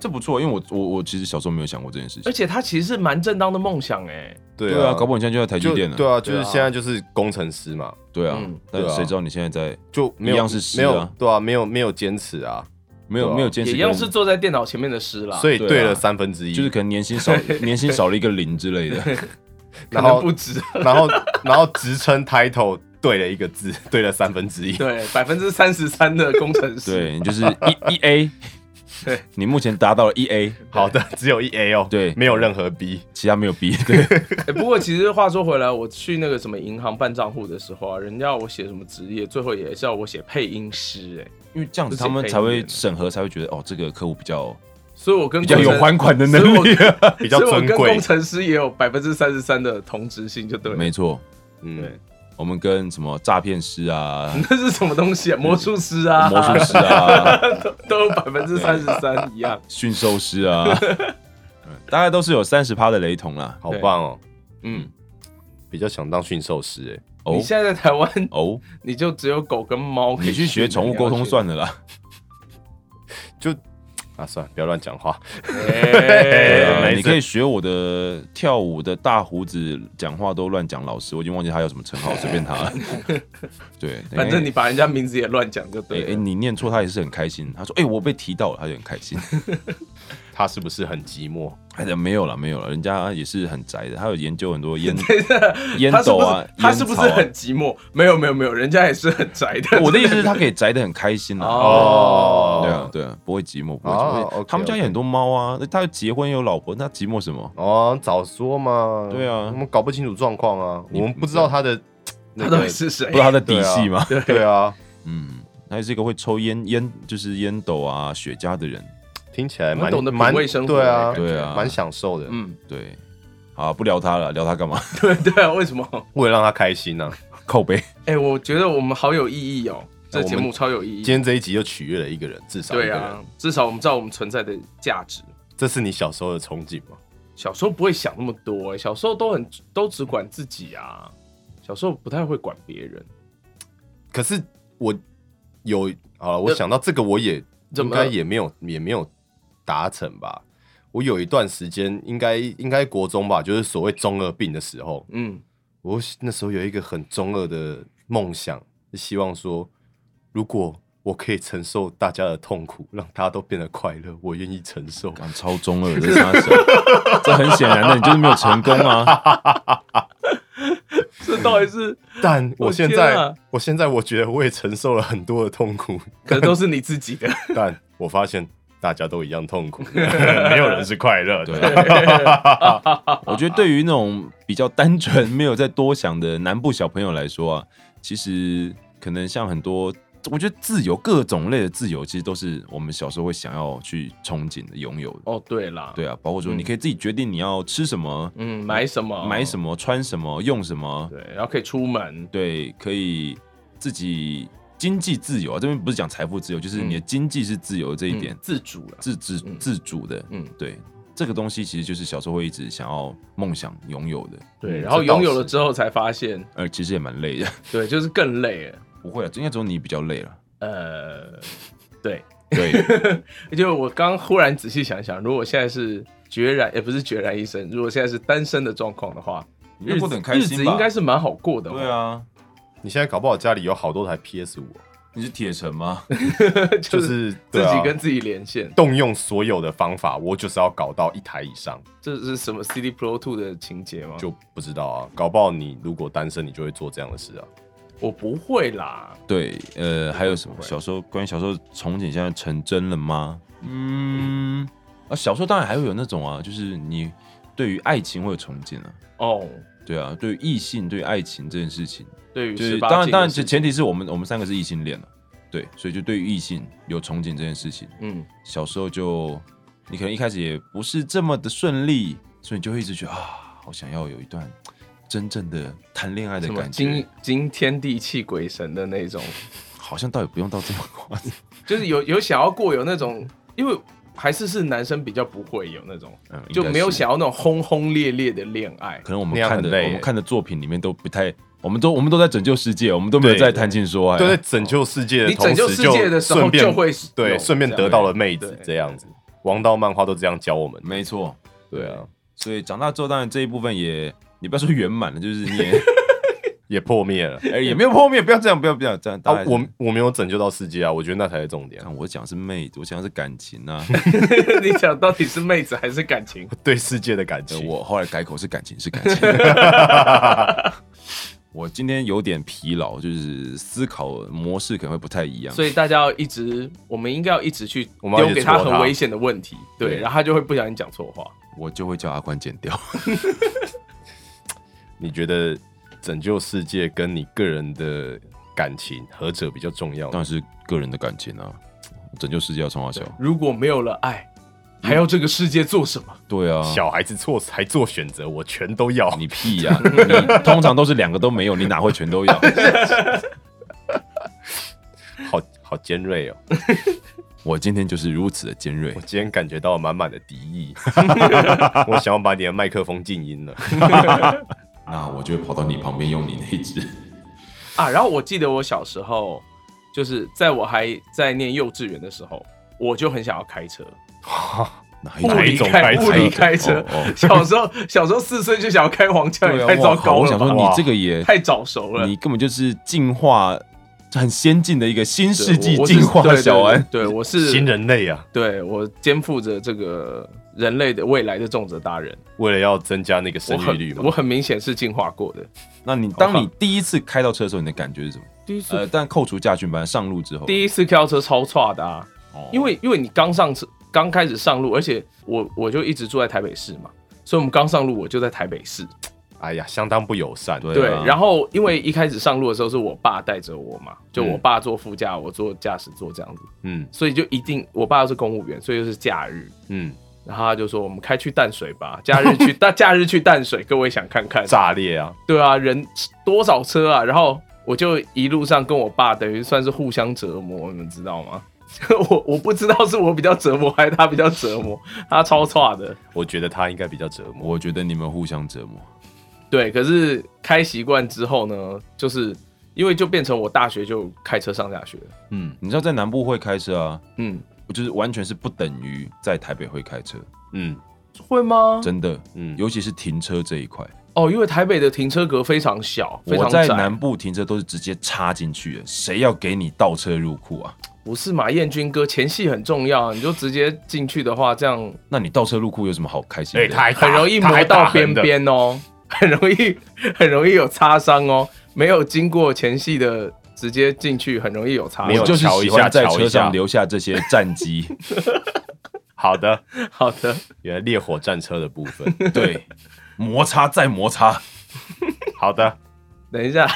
Speaker 4: 这不错，因为我我我其实小时候没有想过这件事情
Speaker 3: 啊
Speaker 6: 而。且他其实是蛮正当的梦想哎，
Speaker 3: 对
Speaker 4: 对啊，搞不
Speaker 3: 好
Speaker 4: 好你现在就在台积
Speaker 3: 就
Speaker 4: 电了。
Speaker 3: 对啊，就
Speaker 6: 对
Speaker 3: 是
Speaker 6: 啊
Speaker 3: 现在就是工程师嘛，
Speaker 4: 对啊
Speaker 6: 嗯，
Speaker 4: 但
Speaker 3: 对啊
Speaker 4: 谁知道你现在在
Speaker 3: 就没有
Speaker 4: 一样是诗
Speaker 3: 没
Speaker 4: 啊
Speaker 3: 有对啊，没有没有坚持啊，
Speaker 4: 没有
Speaker 3: 对啊
Speaker 4: 没有坚持
Speaker 6: 也
Speaker 4: 跟，
Speaker 6: 一样是坐在电脑前面的诗啦，
Speaker 3: 所以
Speaker 4: 对啊
Speaker 3: 对了三分之一，
Speaker 4: 就是可能年薪少年薪少了一个零之类 的。
Speaker 6: 可
Speaker 3: 然
Speaker 6: 能
Speaker 3: 后
Speaker 6: 不止，
Speaker 3: 然后然后职称 title 对了一个字，对了三分之一。
Speaker 6: 对，百分之三十三的工程师，
Speaker 4: 对，你就是一一 A，
Speaker 6: 对
Speaker 4: 你目前达到了一 A，
Speaker 3: 好的，只有一 A 哦，
Speaker 4: 对
Speaker 3: 没有任何 B。
Speaker 4: 其他没有 B。对，
Speaker 6: 哎 不过其实话说回来，我去那个什么银行办账户的时候啊，人家要我写什么职业，最后也是要我写配音师哎，
Speaker 4: 因为这样子
Speaker 6: 自己
Speaker 4: 他们
Speaker 6: 配音
Speaker 4: 才会
Speaker 6: 员
Speaker 4: 审核，才会觉得哦，这个客户比较
Speaker 6: 所以我跟
Speaker 4: 比较
Speaker 6: 工
Speaker 4: 有
Speaker 6: 程
Speaker 4: 还款的能力。
Speaker 6: 所以 我
Speaker 3: 比较
Speaker 6: 所以我
Speaker 3: 尊
Speaker 6: 跟
Speaker 3: 贵
Speaker 6: 工程师也有百分之三十三的同质性，就对了。
Speaker 4: 没错，
Speaker 3: 嗯，
Speaker 4: 我们跟什么诈骗师 啊、
Speaker 6: 那是什么东西啊？魔术师啊，
Speaker 4: 嗯魔术师啊、
Speaker 6: 都 都百分之三十三一样。
Speaker 4: 驯兽师啊， 嗯大概都是有三十趴的雷同啦。
Speaker 3: 好棒哦，
Speaker 6: 嗯，
Speaker 3: 比较想当驯兽师哎。
Speaker 4: 哦
Speaker 6: 你现在在台湾，
Speaker 4: 哦，
Speaker 6: 你就只有狗跟猫可以
Speaker 4: 你去学宠物沟通算了啦。
Speaker 3: 就啊，算了，不要乱讲话。
Speaker 6: 哎
Speaker 3: 对
Speaker 4: 呃
Speaker 3: 没事
Speaker 4: 你可以学我的跳舞的大胡子，讲话都乱讲老师，我已经忘记他有什么称号，随便他 了。对，哎
Speaker 6: 反正你把人家名字也乱讲就
Speaker 4: 哎。哎、
Speaker 6: 对了。
Speaker 4: 你念错，他也是很开心。他说：“哎、我被提到了，他就很开心。
Speaker 3: 他是不是很寂寞？”
Speaker 4: 哎呀，没有了，没有了，人家也是很宅的，他有研究很多 烟烟
Speaker 6: 他是
Speaker 4: 斗
Speaker 6: 不
Speaker 4: 啊
Speaker 6: 是，他是不是
Speaker 4: 烟草啊
Speaker 6: 很寂寞？没有没有没有，人家也是很宅的。
Speaker 4: 我的意思是，他可以宅得很开心啊。
Speaker 6: 哦
Speaker 4: 对啊，对啊，不会寂寞，不会
Speaker 3: 哦
Speaker 4: 寂寞。
Speaker 3: ，OK，
Speaker 4: 他们家也很多猫啊，那他结婚也有老婆，那寂寞什么？
Speaker 3: 哦，早说嘛。
Speaker 4: 对啊
Speaker 3: 我们搞不清楚状况啊，我
Speaker 4: 你
Speaker 3: 们不知道他的
Speaker 6: 他
Speaker 3: 那
Speaker 6: 到底
Speaker 3: 个。
Speaker 6: 是谁
Speaker 4: 不知？道他的底细 吗？
Speaker 3: 哎对啊，
Speaker 4: 嗯，他也是一个会抽烟烟，就是烟斗啊、雪茄的人。
Speaker 3: 听起来
Speaker 6: 我
Speaker 3: 蛮
Speaker 6: 懂得品
Speaker 3: 蛮
Speaker 6: 味生活
Speaker 3: 对啊，
Speaker 6: 的感
Speaker 4: 觉对啊
Speaker 3: 蛮享受的。
Speaker 6: 嗯，
Speaker 4: 对，好，不聊他了，聊他干嘛？
Speaker 6: 对对啊，为什么？
Speaker 3: 为了让他开心啊，
Speaker 4: 靠背。
Speaker 6: 哎，我觉得我们好有意义哦，这
Speaker 3: 那我
Speaker 6: 节
Speaker 3: 们
Speaker 6: 目超有意
Speaker 3: 今
Speaker 6: 义。
Speaker 3: 天这一集又取悦了一个人，至少一个
Speaker 6: 对
Speaker 3: 人
Speaker 6: 啊。，至少我们知道我们存在的价值。
Speaker 3: 这是你小时候的憧憬吗？
Speaker 6: 小时候不会想那么多、欸，小时候都很都只管自己啊，小时候不太会管别人。
Speaker 3: 可是我有好了，我想到这个，我也
Speaker 6: 怎
Speaker 3: 应
Speaker 6: 么
Speaker 3: 该也没有也没有达成吧。我有一段时间，应该应该国中吧，就是所谓中二病的时候，
Speaker 6: 嗯，
Speaker 3: 我那时候有一个很中二的梦想，是希望说，如果我可以承受大家的痛苦，让大家都变得快乐，我愿意承 受。
Speaker 4: 干超中二的，这傻小 这很显然的，你就是没有成功啊！
Speaker 6: 这到 底是
Speaker 3: 但
Speaker 6: 我
Speaker 3: 我现
Speaker 6: 天
Speaker 3: 在，
Speaker 6: 啊
Speaker 3: 我现在我觉得我也承受了很多的痛苦，
Speaker 6: 可能都是你自己 的。
Speaker 3: 但我发现大家都一样痛 苦，没有人是快乐
Speaker 4: 对啊
Speaker 3: 的。
Speaker 4: 我觉得对于那种比较单 纯、没有再多想的南部小朋友来说啊，其实可能像很多我觉得自由各种类的自由，其实都是我们小时候会想要去憧憬的、拥有的。
Speaker 6: 哦，对啦，
Speaker 4: 对啊，包括说你可以自己决定你要吃什么、
Speaker 6: 嗯，买什么
Speaker 4: 买什
Speaker 6: 么，
Speaker 4: 么、穿什么、用什么，
Speaker 6: 对，然后可以出门，
Speaker 4: 对，可以自己经济自由啊。这边不是讲财富自由，就是你的经济是自由这一点
Speaker 6: 嗯，自主了，
Speaker 4: 自自
Speaker 6: 嗯
Speaker 4: 自主的，
Speaker 6: 嗯，
Speaker 4: 对。这个东西其实就是小时候会一直想要梦想拥有的，
Speaker 6: 对，
Speaker 3: 嗯
Speaker 6: 然后
Speaker 3: 这倒
Speaker 6: 拥有了
Speaker 3: 是
Speaker 6: 之后才发现，
Speaker 4: 呃，其实也蛮累的。
Speaker 6: 对，就是更累了，
Speaker 4: 不会啊，应该只有你比较累了。
Speaker 6: 呃，对，
Speaker 4: 对，
Speaker 6: 就我刚忽然仔细想想，如果现在是决然，也不是决然一生，如果现在是单身的状况的话，
Speaker 4: 你
Speaker 6: 日
Speaker 4: 会过
Speaker 6: 子
Speaker 4: 得很开
Speaker 6: 日
Speaker 4: 心
Speaker 6: 子
Speaker 4: 吧？
Speaker 6: 应该是哦蛮好过的、
Speaker 4: 对，啊，
Speaker 3: 你现在搞不好家里有好多台 PS 五，
Speaker 4: 你是铁城吗？
Speaker 6: 就
Speaker 3: 就是是
Speaker 6: 自
Speaker 3: 对
Speaker 6: 己
Speaker 3: 啊
Speaker 6: 跟自己连线，
Speaker 3: 动用所有的方法，我就是要搞到一台以上，
Speaker 6: 这是什么 CD Pro Two 的情节吗？
Speaker 3: 就不知道啊。搞不好你如果单身，你就会做这样的事啊。
Speaker 6: 我不会啦，
Speaker 4: 对，呃，还有什么？小时候关于小时候憧憬，现在成真了吗？嗯，啊，小时候当然还会有那种啊，就是你对于爱情会有憧憬啊，
Speaker 6: 哦，
Speaker 4: 对啊，对于异性对于爱情这件事情，
Speaker 6: 对于
Speaker 4: 就是
Speaker 6: 十八
Speaker 4: 当然
Speaker 6: 禁
Speaker 4: 当
Speaker 6: 的
Speaker 4: 然
Speaker 6: 事
Speaker 4: 前
Speaker 6: 情，
Speaker 4: 前提是我们我们三个是异性恋了、对，所以就对于异性有憧憬这件事情，
Speaker 6: 嗯，
Speaker 4: 小时候就你可能一开始也不是这么的顺利，所以你就会一直觉得啊，好想要有一段真正的谈恋爱的
Speaker 6: 什么
Speaker 4: 感觉
Speaker 6: 惊，惊天地泣鬼神的那种，
Speaker 4: 好像倒也不用到这么夸张。
Speaker 6: 就是有有想要过有那种，因为还是是男生比较不会有那种，
Speaker 4: 嗯
Speaker 6: 就没有
Speaker 4: 应该是
Speaker 6: 想要那种轰轰烈烈的恋爱。
Speaker 4: 可能我们
Speaker 3: 那样
Speaker 4: 看
Speaker 3: 很
Speaker 4: 的
Speaker 3: 累
Speaker 4: 我们
Speaker 3: 耶
Speaker 4: 看的作品里面都不太，我们都我们都在拯救世界，我们都没有
Speaker 3: 对
Speaker 4: 在谈情说爱。嗯
Speaker 3: 对，在拯救世界
Speaker 6: 你
Speaker 3: 的同
Speaker 6: 拯
Speaker 3: 时，
Speaker 6: 救世界的时候
Speaker 3: 顺便
Speaker 6: 就会有
Speaker 3: 对顺便
Speaker 6: 这样
Speaker 3: 得到了妹子
Speaker 6: 对
Speaker 3: 这样子。王道漫画都这样教我们。
Speaker 4: 没错。
Speaker 3: 对啊，
Speaker 4: 所以长大之后，当然这一部分也，你不要说圆满了，就是你也、
Speaker 3: 也破灭了。
Speaker 4: 哎也没有破灭，不要这样，不要不要这样。大
Speaker 3: 啊
Speaker 4: 家，
Speaker 3: 我我没有拯救到世界啊，我觉得那才是重点啊。
Speaker 4: 看我讲的是妹子，我讲的是感情啊。
Speaker 6: 你讲到底是妹子还是感情？
Speaker 3: 对世界的感
Speaker 4: 呃
Speaker 3: 情，
Speaker 4: 我后来改口是感情，是感情。我今天有点疲劳，就是思考模式可能会不太一样。
Speaker 6: 所以大家要一直，我们应该要一直去
Speaker 3: 我们要
Speaker 6: 丢
Speaker 3: 一直
Speaker 6: 给他
Speaker 3: 戳
Speaker 6: 很
Speaker 3: 他
Speaker 6: 危险的问题，对，
Speaker 4: 对
Speaker 6: 然后他就会不小心讲错话。
Speaker 4: 我就会叫阿关剪掉。
Speaker 3: 你觉得拯救世界跟你个人的感情何者比较重要呢？
Speaker 4: 当然是个人的感情啊，拯救世界要从阿小。
Speaker 6: 如果没有了爱，还要这个世界做什么？
Speaker 4: 对啊，
Speaker 3: 小孩子错才做选择，我全都要。
Speaker 4: 你屁呀、你通常都是两个都没有，你哪会全都要？
Speaker 3: 好好尖锐哦！
Speaker 4: 我今天就是如此的尖锐
Speaker 3: 我。今天感觉到满满的敌意， 我想要把你的麦克风静音了。
Speaker 4: 那我就会跑到你旁边用你那一只。
Speaker 6: 啊，然后我记得我小时候，就是在我还在念幼稚园的时候，我就很想要开车，
Speaker 4: 哪
Speaker 6: 物
Speaker 3: 哪
Speaker 6: 理
Speaker 3: 一种
Speaker 6: 开
Speaker 3: 开车
Speaker 6: 物理开车
Speaker 4: 哦哦。
Speaker 6: 小时候小时候四岁就想要开黄腔，也太糟糕
Speaker 4: 我
Speaker 6: 了
Speaker 4: 想
Speaker 6: 吧，
Speaker 4: 说你这个也
Speaker 6: 太早熟了。
Speaker 4: 你根本就是进化很先进的一个新
Speaker 6: 对
Speaker 4: 世纪
Speaker 6: 我我是
Speaker 4: 进化
Speaker 6: 对
Speaker 4: 的
Speaker 6: 对
Speaker 4: 小安。
Speaker 6: 对对我是
Speaker 3: 新，人类啊，
Speaker 6: 对我肩负着这个人类的未来的重责大人，
Speaker 3: 为了要增加那个
Speaker 6: 我
Speaker 3: 生育率
Speaker 6: 很
Speaker 3: 嘛，
Speaker 6: 我很明显是进化过的。
Speaker 4: 那你当你第一次开到车的时候，你的感觉是什么？
Speaker 6: 第一次、
Speaker 4: 呃，但扣除驾训班上路之后，
Speaker 6: 第一次开到车超差的啊，
Speaker 4: 哦
Speaker 6: 因为因为你刚上车，刚开始上路，而且我我就一直住在台北市嘛，所以我们刚上路我就在台北市。
Speaker 3: 哎呀，相当不友善。
Speaker 4: 对
Speaker 6: 对，
Speaker 4: 啊
Speaker 6: 然后因为一开始上路的时候是我爸带着我嘛，就我爸坐副驾，我坐驾驶座这样子，
Speaker 3: 嗯
Speaker 6: 所以就一定我爸是公务员，所以就是假日。
Speaker 3: 嗯，
Speaker 6: 然后他就说：“我们开去淡水吧，假日去，但假日去淡水，各位想看看？
Speaker 3: 炸裂啊！
Speaker 6: 对啊，人多少车啊？然后我就一路上跟我爸，等于算是互相折磨，你们知道吗？ 我我不知道是我比较折磨，还是他比较折磨，他超差的。
Speaker 3: 我觉得他应该比较折磨。
Speaker 4: 我觉得你们互相折磨。
Speaker 6: 对，可是开习惯之后呢，就是因为就变成我大学就开车上下学了，
Speaker 4: 嗯，你知道在南部会开车啊，
Speaker 6: 嗯，
Speaker 4: 就是完全是不等于在台北会开车，
Speaker 6: 哦
Speaker 3: 嗯
Speaker 6: 会吗？
Speaker 4: 真的。
Speaker 3: 嗯，
Speaker 4: 尤其是停车这一块，
Speaker 6: 哦，因为台北的停车格非常小，非
Speaker 4: 我
Speaker 6: 常
Speaker 4: 在
Speaker 6: 窄，
Speaker 4: 南部停车都是直接插进去的，谁要给你倒车入库啊？
Speaker 6: 不是马彦军哥前戏很重要，你就直接进去的话，这样
Speaker 4: 那你倒车入库有什么好开心的？
Speaker 3: 哎，他还打
Speaker 6: 很容易
Speaker 3: 他
Speaker 6: 磨
Speaker 3: 还
Speaker 6: 到
Speaker 3: 打
Speaker 6: 边
Speaker 3: 横的
Speaker 6: 边哦，很容易很容易有擦伤哦。没有经过前戏的直接进去，很容易有擦
Speaker 3: 没有
Speaker 6: 伤
Speaker 4: 我。就是喜欢在
Speaker 3: 瞧一下瞧
Speaker 4: 车
Speaker 3: 一下
Speaker 4: 上留下这些战 机。
Speaker 3: 好的，
Speaker 6: 好的，
Speaker 3: 原来烈火战车的部 分。
Speaker 4: 对，摩擦再摩擦，
Speaker 3: 好的，
Speaker 6: 等一下，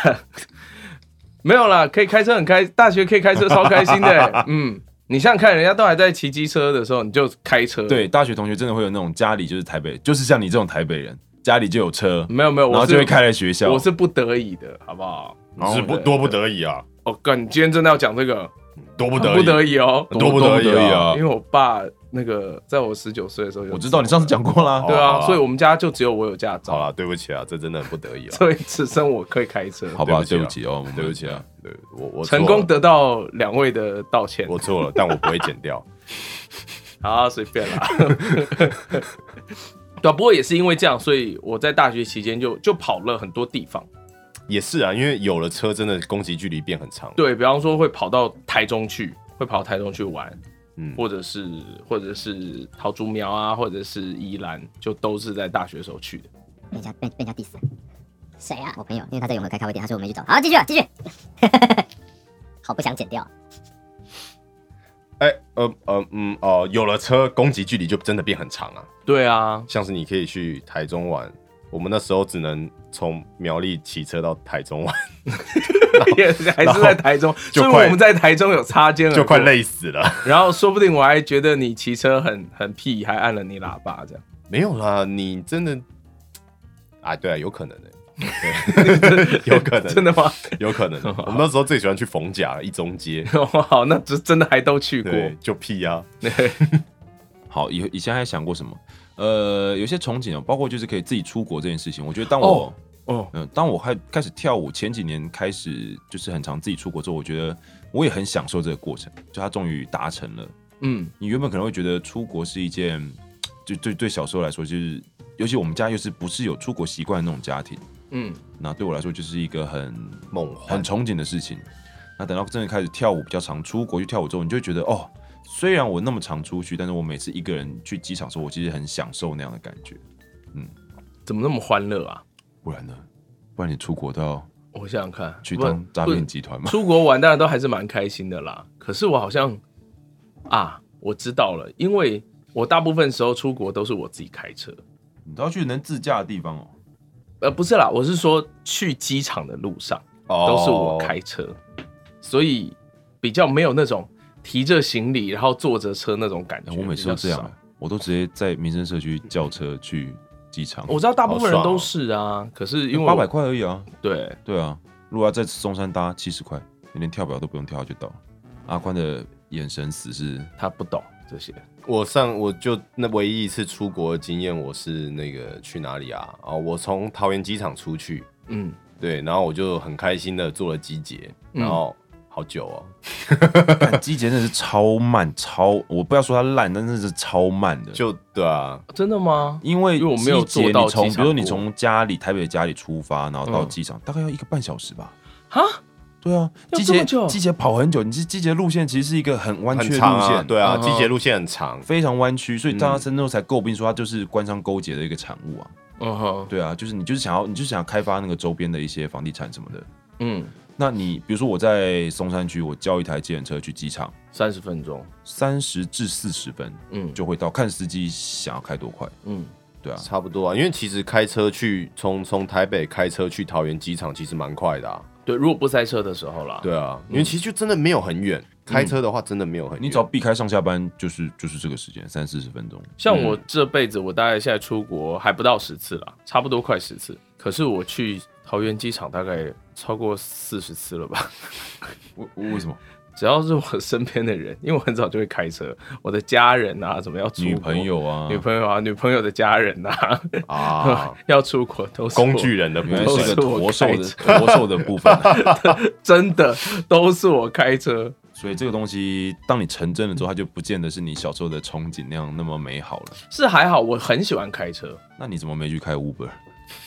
Speaker 6: 没有啦，可以开车很开，大学可以开车超开心 的、嗯，你想想看，人家都还在骑机车的时候，你就开车。，
Speaker 4: 对，大学同学真的会有那种家里就是台北，就是像你这种台北人，家里就有车，
Speaker 6: 没有没有，
Speaker 4: 然
Speaker 6: 我
Speaker 4: 后
Speaker 6: 是
Speaker 4: 就会开来学校。
Speaker 6: 我是不得已的，好不好？
Speaker 4: 然后
Speaker 3: 是不
Speaker 4: 对
Speaker 3: 多不得已啊，
Speaker 6: 哦，干，你今天真的要讲这个，
Speaker 3: 多不得
Speaker 6: 不
Speaker 3: 已，
Speaker 6: 得已哦，
Speaker 3: 多不得已啊
Speaker 6: 因为！我爸那个在我十九岁的时候，
Speaker 4: 我知道你上次，讲过啦
Speaker 3: 哦，
Speaker 6: 对
Speaker 3: 好
Speaker 6: 啊，
Speaker 3: 啊
Speaker 6: 所以我们家就只有我有驾
Speaker 3: 好
Speaker 6: 照，
Speaker 3: 啦，对不起啊，这真的很不得已啊，
Speaker 6: 所以只剩我可以开车，
Speaker 4: 好吧，
Speaker 3: 对
Speaker 4: 对
Speaker 3: 不
Speaker 4: 不
Speaker 3: 起
Speaker 4: 起哦，我们
Speaker 3: 对不起啊，，对我我错
Speaker 6: 成
Speaker 3: 了
Speaker 6: 功，得到两位的道歉。
Speaker 3: 我错了，但我不会剪掉。
Speaker 6: 好啊，随便啦。对啊、不过也是因为这样，所以我在大学期间就就跑了很多地方。
Speaker 3: 也是啊，因为有了车，真的攻击距离变很长。，
Speaker 6: 对比方说会跑到台中去，会跑到台中去玩，
Speaker 3: 嗯，
Speaker 6: 或者是或者是桃竹苗啊，或者是宜兰，就都是在大学时候去的。
Speaker 9: 被人家被被人家 diss 了。谁啊？我朋友，因为他在永和开咖啡店，他说我没去找他。好，继续啊，继续。 好不想剪掉，
Speaker 3: 哎、呃呃嗯哦、有了车，攻击距离就真的变很长啊。
Speaker 6: 对 啊，
Speaker 3: 像是你可以去台中玩，我们那时候只能从苗栗骑车到台中玩，
Speaker 6: 也是还是在台中，
Speaker 3: 就
Speaker 6: 所以
Speaker 3: 快
Speaker 6: 我们在台中有擦肩而过
Speaker 3: 就快。累死了。
Speaker 6: 然后说不定我还觉得你骑车很很屁，还按了你喇叭这样。
Speaker 3: 没有啦，你真的啊，对啊，有可能 的、对有可能，
Speaker 6: 真的吗？
Speaker 3: 有可 能。我们那时候最喜欢去逢甲一中街，
Speaker 6: 哦好，那真真的还都去过。
Speaker 3: 对，就屁啊，
Speaker 4: 好，以以前还想过什么？呃，有些憧憬哦，包括就是可以自己出国这件事情。我觉得当我，
Speaker 6: 哦
Speaker 4: 嗯、当我开开始跳舞前几年开始，就是很常自己出国之后，我觉得我也很享受这个过程，就它终于达成了。
Speaker 6: 嗯，
Speaker 4: 你原本可能会觉得出国是一件，就对对小时候来说，就是尤其我们家又是不是有出国习惯的那种家庭，
Speaker 6: 嗯，
Speaker 4: 那对我来说就是一个很
Speaker 3: 梦幻
Speaker 4: 很。憧憬的事情。那等到真的开始跳舞，比较常出国去跳舞之后，你就会觉得哦，虽然我那么常出去，但是我每次一个人去机场的时候，我其实很享受那样的感觉。
Speaker 6: 怎么那么欢乐啊？
Speaker 4: 不然呢？不然你出国都要
Speaker 6: 我想想看，
Speaker 4: 去
Speaker 6: 不
Speaker 4: 当诈骗集团吗？
Speaker 6: 出国玩当然都还是蛮开心的啦。可是我好像啊，我知道了，因为我大部分时候出国都是我自己开车，
Speaker 4: 你都要去能自驾的地方哦。
Speaker 6: 呃，不是啦，我是说去机场的路上
Speaker 3: 哦
Speaker 6: 都是我开车，所以比较没有那种提着行李然后坐着车那种感觉。
Speaker 4: 哎我每次都这
Speaker 6: 比较
Speaker 4: 样啊
Speaker 6: 少。，
Speaker 4: 我都直接在民生社区叫车去机场，
Speaker 6: 我知道大部分人
Speaker 3: 好爽哦
Speaker 6: 都是啊，可是因为
Speaker 4: 八
Speaker 6: 我
Speaker 4: 百块而已啊。
Speaker 6: 对
Speaker 4: 对啊，如果要在松山搭七十块，你连跳表都不用跳就到了。阿宽的眼神死是
Speaker 6: 他不懂这些，
Speaker 3: 我上我就那唯一一次出国的经验，我是那个去哪里啊？啊，我从桃园机场出去，
Speaker 6: 嗯，
Speaker 3: 对，然后我就很开心的做了集结，然后好久哦，
Speaker 4: 干机姐真的是超慢，超我不要说它烂，但真的是超慢的。
Speaker 3: 就对啊，
Speaker 6: 真的吗？
Speaker 4: 因为
Speaker 6: 因为我没有
Speaker 4: 季节
Speaker 6: 坐到
Speaker 4: 你从
Speaker 6: 机
Speaker 4: 比
Speaker 6: 场
Speaker 4: 如说你
Speaker 6: 过
Speaker 4: 从家里台北的家里出发，然后到
Speaker 6: 嗯
Speaker 4: 机场、大概要一个半小时吧。
Speaker 6: 哈，
Speaker 4: 对啊，
Speaker 6: 要
Speaker 4: 季
Speaker 6: 这么
Speaker 4: 节
Speaker 6: 久
Speaker 4: 季节跑很久，你季季节路线其实是一个很弯
Speaker 3: 很
Speaker 4: 曲的
Speaker 3: 长
Speaker 4: 路线，啊
Speaker 3: 啊，对啊，
Speaker 6: 嗯
Speaker 3: 集结路线很长，
Speaker 4: 非常弯曲，所以大家
Speaker 3: 嗯
Speaker 4: 深度才诟病说它就是官商勾结的一个产物啊。
Speaker 6: 嗯哼，
Speaker 4: 对啊，就是你就是想要你就是想要开发那个周边的一些房地产什么的。
Speaker 6: 嗯，
Speaker 4: 那你比如说我在松山区，我叫一台计程车去机场，
Speaker 6: 三十分钟，
Speaker 4: 三十至四十分
Speaker 6: 嗯
Speaker 4: 就会到，看司机想要开多快。
Speaker 6: 嗯，
Speaker 4: 对啊，
Speaker 3: 差不多啊，因为其实开车去从从台北开车去桃园机场其实蛮快的啊，
Speaker 6: 对，如果不塞车的时候啦，
Speaker 3: 对啊，因为其实就真的没有很远，开车的话真的没有很远，
Speaker 4: 你只要避开上下班，就是就是这个时间，三四十分钟。
Speaker 6: 像我这辈子，我大概现在出国还不到十次了，差不多快十次。可是我去桃园机场大概超过四十次了吧？
Speaker 4: 为为什么？
Speaker 6: 只要是我身边的人，因为我很早就会开车，我的家人啊，怎么要出国
Speaker 4: 女朋、友啊，
Speaker 6: 女朋友啊、女朋友的家人啊，
Speaker 3: 啊，
Speaker 6: 要出国都是我
Speaker 3: 工具人的部
Speaker 4: 原来是
Speaker 6: 是
Speaker 4: 个
Speaker 3: 分，
Speaker 6: 我
Speaker 4: 驼兽
Speaker 6: 开
Speaker 4: 的驼兽的部分。 啊
Speaker 6: 真的都是我开车。
Speaker 4: 所以这个东西，当你成真了之后，它就不见得是你小时候的憧憬那样那么美好了。
Speaker 6: 是还好，我很喜欢开车。
Speaker 4: 那你怎么没去开 Uber？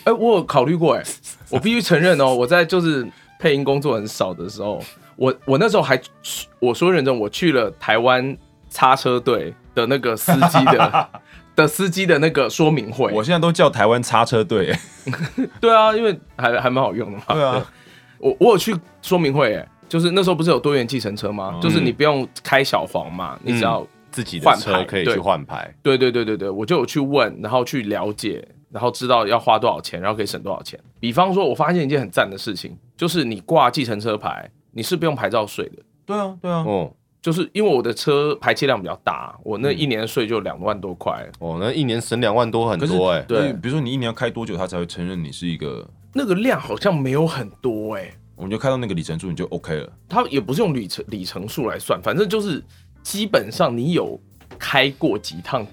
Speaker 6: 哎、我有考虑过、 哎，我必须承认哦，我在就是配音工作很少的时候，我我那时候还去我说认真，我去了台湾叉车队的那个司机 的的司机的那个说明会。
Speaker 4: 我现在都叫台湾叉车队、
Speaker 6: 对啊，因为还还蛮好用的嘛。
Speaker 4: 对啊，
Speaker 6: 我我有去说明会、哎，就是那时候不是有多元计程车吗？
Speaker 4: 嗯
Speaker 6: 就是你不用开小黄嘛，你只要、
Speaker 3: 自己的车可以
Speaker 6: 换牌
Speaker 3: 去换牌，
Speaker 6: 对对对对对，我就有去问，然后去了解然后知道要花多少钱，然后可以省多少钱。比方说，我发现一件很赞的事情，就是你挂计程车牌，你是不用牌照税的。
Speaker 4: 对啊，对啊，
Speaker 3: 哦
Speaker 6: 就是因为我的车排气量比较大，我那一年的税就两万多块。
Speaker 3: 哦，那一年省两万多很
Speaker 4: 可是
Speaker 3: 多哎、
Speaker 6: 对
Speaker 4: 所以比如说你一年要开多久，他才会承认你是一个，
Speaker 6: 那个量好像没有很多哎、
Speaker 4: 我们就开到那个里程数你就 OK 了。
Speaker 6: 它也不是用里程里程数来算，反正就是基本上你有开过几趟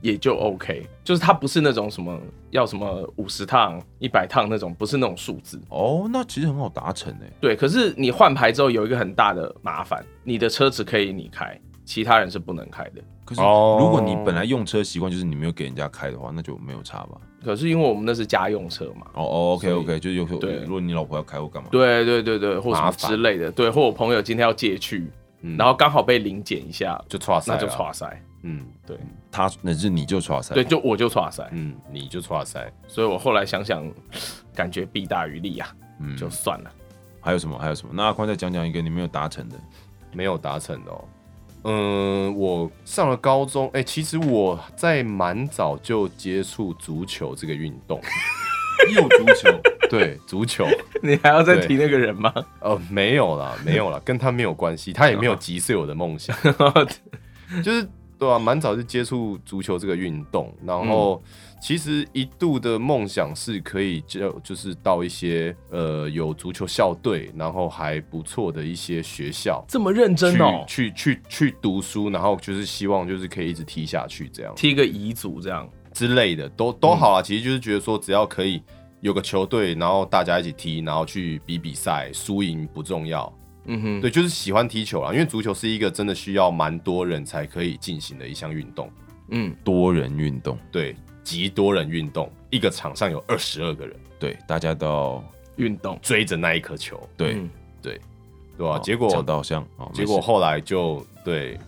Speaker 6: 也就 OK，就是它不是那种什么要什么五十趟、一百趟那种，不是那种数字。
Speaker 4: 哦，那其实很好达成欸诶。
Speaker 6: 对，可是你换牌之后有一个很大的麻烦，你的车只可以你开，其他人是不能开的。
Speaker 4: 可是
Speaker 3: 哦
Speaker 4: 如果你本来用车习惯就是你没有给人家开的话，那就没有差吧？
Speaker 6: 可是因为我们那是家用车嘛，
Speaker 4: 哦哦，OK OK，就是有时候
Speaker 6: 对
Speaker 4: 如果你老婆要开或干嘛，
Speaker 6: 对对对对，或什
Speaker 3: 麻
Speaker 6: 么
Speaker 3: 烦
Speaker 6: 之类的，对，或我朋友今天要借去，
Speaker 3: 嗯
Speaker 6: 然后刚好被零检一下，
Speaker 3: 就刷塞
Speaker 6: 那就
Speaker 3: 啦
Speaker 6: 刷塞，
Speaker 3: 嗯
Speaker 6: 对
Speaker 4: 他那是你就刷塞，
Speaker 6: 对，就我就刷塞，
Speaker 3: 嗯，你就刷塞，
Speaker 6: 所以我后来想想，感觉弊大于利啊，
Speaker 4: 嗯，
Speaker 6: 就算了。
Speaker 4: 还有什么还有什么？那阿宽再讲讲一个你没有达成的，
Speaker 3: 没有达成的哦。嗯，我上了高中，哎、其实我在蛮早就接触足球这个运动，
Speaker 4: 又足球，
Speaker 3: 对足球，
Speaker 6: 你还要再
Speaker 3: 对
Speaker 6: 提那个人吗？
Speaker 3: 呃，没有啦，没有啦，跟他没有关系，他也没有击碎我的梦想， 就是对啊，蛮早就接触足球这个运动，然后、
Speaker 6: 嗯
Speaker 3: 其实一度的梦想是可以就就是到一些呃有足球校队，然后还不错的一些学校。
Speaker 6: 这么认真哦，
Speaker 3: 去去去去读书，然后就是希望就是可以一直踢下去这样
Speaker 6: 踢个彝族这样，
Speaker 3: 之类的，都都
Speaker 6: 嗯
Speaker 3: 好啦。其实就是觉得说，只要可以有个球队，然后大家一起踢，然后去比比赛，输赢不重要。
Speaker 6: 嗯哼，
Speaker 3: 对，就是喜欢踢球啦，因为足球是一个真的需要蛮多人才可以进行的一项运动，
Speaker 6: 嗯，
Speaker 4: 多人运动，
Speaker 3: 对，极多人运动，一个场上有二十二个人
Speaker 4: 对，大家都要
Speaker 6: 运动，
Speaker 3: 追着那一颗球，
Speaker 4: 对
Speaker 6: 嗯，
Speaker 3: 对吧、
Speaker 4: 哦
Speaker 3: 结果
Speaker 4: 讲到像，哦
Speaker 3: 结
Speaker 4: 没
Speaker 3: 果
Speaker 4: 事
Speaker 3: 后来就对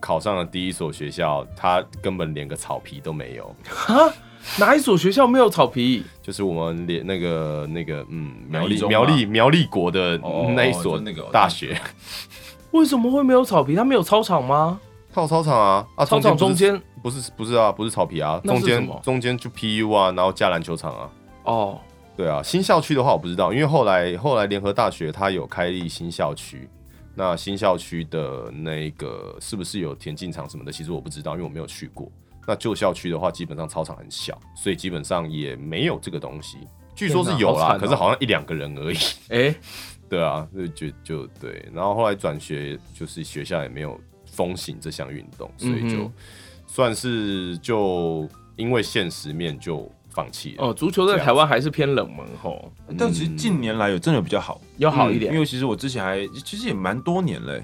Speaker 3: 考上了第一所学校，他根本连个草皮都没有。
Speaker 6: 哈，哪一所学校没有草皮？
Speaker 3: 就是我们连那个那个嗯
Speaker 4: 苗
Speaker 3: 苗
Speaker 4: 栗
Speaker 3: 栗
Speaker 4: 中
Speaker 3: 苗
Speaker 4: 吗
Speaker 3: 栗苗栗国的嗯
Speaker 4: 哦哦
Speaker 3: 那一
Speaker 4: 哦
Speaker 3: 所
Speaker 4: 就那个哦
Speaker 3: 大学，
Speaker 6: 为什么会没有草皮？它没有操场吗？
Speaker 3: 靠操场啊啊
Speaker 6: 操场中
Speaker 3: 间
Speaker 6: 间
Speaker 3: 不是不是不是啊不是草皮啊
Speaker 6: 那
Speaker 3: 中
Speaker 6: 是什
Speaker 3: 间
Speaker 6: 么
Speaker 3: 中间就 PU 啊然后加篮球场啊
Speaker 6: 哦，
Speaker 3: 对啊新校区的话我不知道因为后来后来联合大学它有开立新校区那新校区的那个是不是有田径场什么的其实我不知道因为我没有去过那旧校区的话基本上操场很小所以基本上也没有这个东西据说是
Speaker 6: 天哪
Speaker 3: 有
Speaker 6: 好
Speaker 3: 啦
Speaker 6: 惨哦
Speaker 3: 可是好像一两个人而已。
Speaker 6: 哎、
Speaker 3: 对啊，就就就对。然后后来转学，就是学校也没有风行这项运动，所以就
Speaker 6: 嗯哼
Speaker 3: 算是就因为现实面就放弃了。
Speaker 6: 哦，足球在
Speaker 3: 这样
Speaker 6: 台湾还是偏冷门吼，
Speaker 4: 但其实近年来有真的比较好，
Speaker 6: 要好一
Speaker 4: 因
Speaker 6: 点。
Speaker 4: 为其实我之前还其实也蛮多年嘞、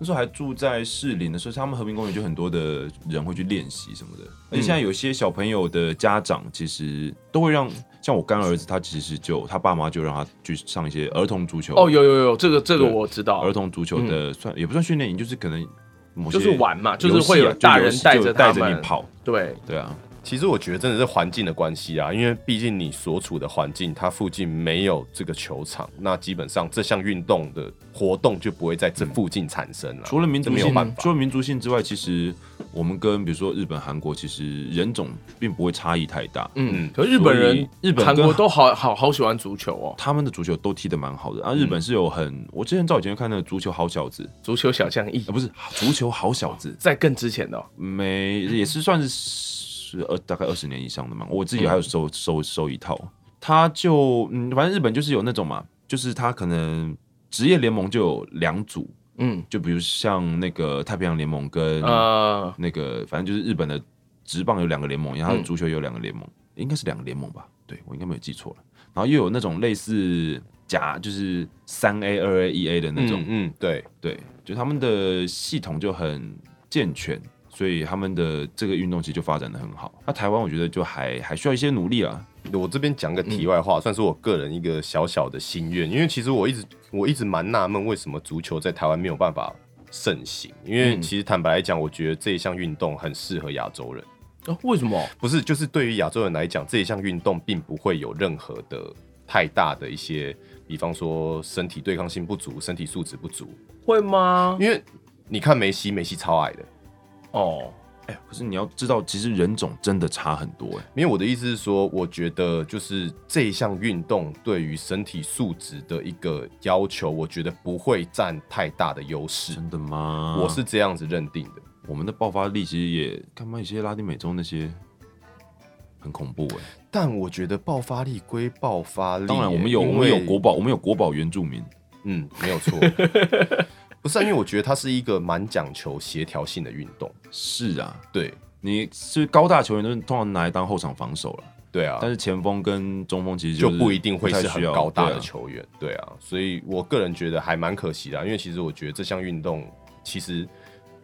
Speaker 4: 那时候还住在士林的时候，他们和平公园就很多的人会去练习什么
Speaker 6: 嗯
Speaker 4: 的。而且现在有些小朋友的家长其实都会让，像我干儿子，他其实就他爸妈就让他去上一些儿童足球
Speaker 6: 哦，有有有，这个这个
Speaker 4: 对
Speaker 6: 我知道，
Speaker 4: 儿童足球的算、也不算训练营，就是可能某些
Speaker 6: 就是玩嘛就是
Speaker 4: 游戏啊
Speaker 6: 会有大人
Speaker 4: 游戏
Speaker 6: 带着
Speaker 4: 就
Speaker 6: 他
Speaker 4: 带
Speaker 6: 们
Speaker 4: 着你跑，
Speaker 6: 对，
Speaker 4: 对啊，
Speaker 3: 其实我觉得真的是环境的关系啊，因为毕竟你所处的环境，它附近没有这个球场，那基本上这项运动的活动就不会在这附近产生
Speaker 6: 啊
Speaker 3: 了、
Speaker 4: 除了民
Speaker 3: 这
Speaker 4: 族
Speaker 3: 没有
Speaker 4: 性
Speaker 3: 办，法
Speaker 4: 除了民族性之外，其实我们跟比如说日本、韩国，其实人种并不会差异太大。
Speaker 6: 嗯
Speaker 3: 嗯，
Speaker 6: 可日本
Speaker 4: 所以
Speaker 6: 人、
Speaker 4: 日本
Speaker 6: 韩
Speaker 4: 跟
Speaker 6: 国都好好好喜欢足球哦，
Speaker 4: 他们的足球都踢得蛮好的。啊，日本是有很，我之前照以前看那个足球好小子，
Speaker 6: 足球小将一
Speaker 4: 啊、，不是足球好小子，
Speaker 6: 在更之前的哦、
Speaker 4: 没也是算是十二大概二十年以上的嘛。我自己还有收、收收一套，他就嗯，反正日本就是有那种嘛，就是他可能职业联盟就有两组，
Speaker 6: 嗯，
Speaker 4: 就比如像那个太平洋联盟跟
Speaker 6: 呃，
Speaker 4: 那个，反正就是日本的职棒有两个联盟，然后它的
Speaker 6: 嗯
Speaker 4: 足球有两个联盟，应该是两个联盟吧？对我应该没有记错了。然后又有那种类似甲，就是三 A、二 A、一 A 的那种，
Speaker 3: 嗯嗯，对，
Speaker 4: 对，就他们的系统就很健全，所以他们的这个运动其实就发展的很好。那台湾我觉得就还还需要一些努力啊啦。
Speaker 3: 我这边讲个题外话，算是我个人一个小小的心愿，因为其实我一直我一直蛮纳闷，为什么足球在台湾没有办法盛行？因为
Speaker 4: 嗯
Speaker 3: 其实坦白来讲，我觉得这一项运动很适合亚洲人，
Speaker 6: 哦为什么？
Speaker 3: 不是就是对于亚洲人来讲，这一项运动并不会有任何的太大的一些，比方说身体对抗性不足、身体素质不足，
Speaker 6: 会吗？
Speaker 3: 因为你看梅西，梅西超矮的，
Speaker 6: 哦，
Speaker 3: 哎、
Speaker 4: 哎，可是你要知道，其实人种真的差很多哎。
Speaker 3: 因为我的意思是说，我觉得就是这一项运动对于身体素质的一个要求，我觉得不会占太大的优势，
Speaker 4: 真的吗？
Speaker 3: 我是这样子认定的。
Speaker 4: 我们的爆发力其实也干嘛？有些拉丁美洲那些很恐怖哎。
Speaker 3: 但我觉得爆发力归爆发力耶，
Speaker 4: 当然，我们有我
Speaker 3: 因
Speaker 4: 们
Speaker 3: 为
Speaker 4: 有国宝，我们有国宝原住民。
Speaker 3: 嗯，没有 错。不是、啊，因为我觉得它是一个蛮讲求协调性的运动。
Speaker 4: 是啊，
Speaker 3: 对，
Speaker 4: 你是高大球员都是通常拿来当后场防守了，
Speaker 3: 对啊，
Speaker 4: 但是前锋跟中锋其实
Speaker 3: 就是不一定会
Speaker 4: 太
Speaker 3: 是很
Speaker 4: 需要
Speaker 3: 高大
Speaker 4: 对
Speaker 3: 的
Speaker 4: 啊
Speaker 3: 球员，对啊，所以我个人觉得还蛮可惜的啊，因为其实我觉得这项运动其实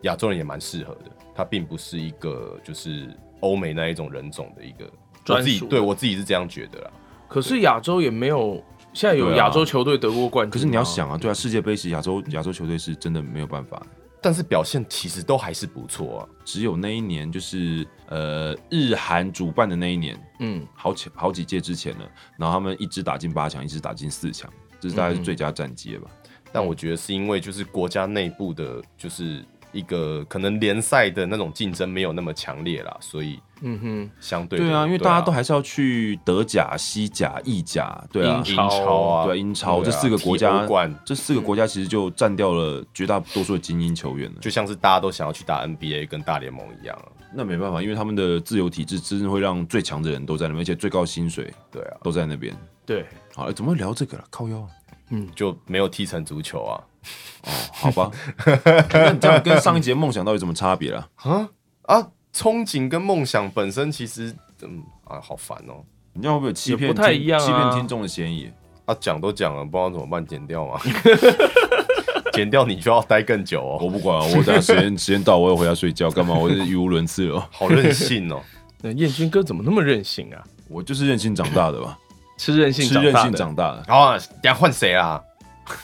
Speaker 3: 亚洲人也蛮适合的，它并不是一个就是欧美那一种人种的一个我
Speaker 6: 专
Speaker 3: 自己
Speaker 6: 属的
Speaker 3: 对我自己是这样觉得啦，
Speaker 6: 可是亚洲也没有，现在有
Speaker 4: 对啊
Speaker 6: 亚洲球队得过冠军、
Speaker 4: 可是你要，想啊，对啊，世界杯是亚洲亚洲球队是真的没有办法。
Speaker 3: 但是表现其实都还是不错啊，
Speaker 4: 只有那一年，就是呃日韩主办的那一年，
Speaker 6: 嗯，
Speaker 4: 好几好几届之前了。然后他们一直打进八强，一直打进四强，这是大概
Speaker 3: 嗯
Speaker 4: 是最佳战绩了吧？
Speaker 3: 但我觉得是因为就是国家内部的，就是一个可能联赛的那种竞争没有那么强烈啦，所以
Speaker 6: 嗯哼，
Speaker 3: 相对的
Speaker 4: 对啊，因为大家都还是要去德甲、西甲、意甲，对啊
Speaker 6: 英，
Speaker 3: 英超啊，
Speaker 4: 对啊英超
Speaker 3: 对
Speaker 4: 这
Speaker 3: 啊
Speaker 4: 四个国
Speaker 3: 踢
Speaker 4: 家
Speaker 3: 欧冠，
Speaker 4: 这四个国家其实就占掉了绝大多数的精英球员了。
Speaker 3: 就像是大家都想要去打 NBA 跟大联盟一样啊，
Speaker 4: 那没办法，因为他们的自由体制真的会让最强的人都在那边，而且最高薪水
Speaker 3: 对啊，
Speaker 4: 都在那边。
Speaker 6: 对，
Speaker 4: 好，哎怎么会聊这个了？靠腰啊、
Speaker 3: 就没有踢成足球啊。
Speaker 4: 好吧，那你这样跟上一节梦想到底有什么差别啦？
Speaker 3: 啊啊！憧憬跟梦想本身其实，嗯啊，好烦哦、
Speaker 4: 你这样会不会有欺骗
Speaker 6: 也不太
Speaker 4: 听
Speaker 6: 一样啊
Speaker 4: 欺骗听众的嫌疑？
Speaker 3: 啊，讲都讲了，不知道怎么办，剪掉吗？ 剪掉你就要待更久哦、
Speaker 4: 我不管啊，我等下时 间时间到，我要回家睡觉，干嘛？我是语无伦次哦，
Speaker 3: 好任性哦、
Speaker 6: 那彦军哥怎么那么任性啊？
Speaker 4: 我就是任性长大的吧，
Speaker 6: 吃 任性
Speaker 4: 是
Speaker 6: 长
Speaker 4: 任
Speaker 6: 大
Speaker 4: 性
Speaker 6: 的
Speaker 4: 长大的。
Speaker 3: 好啊，等下换谁啦？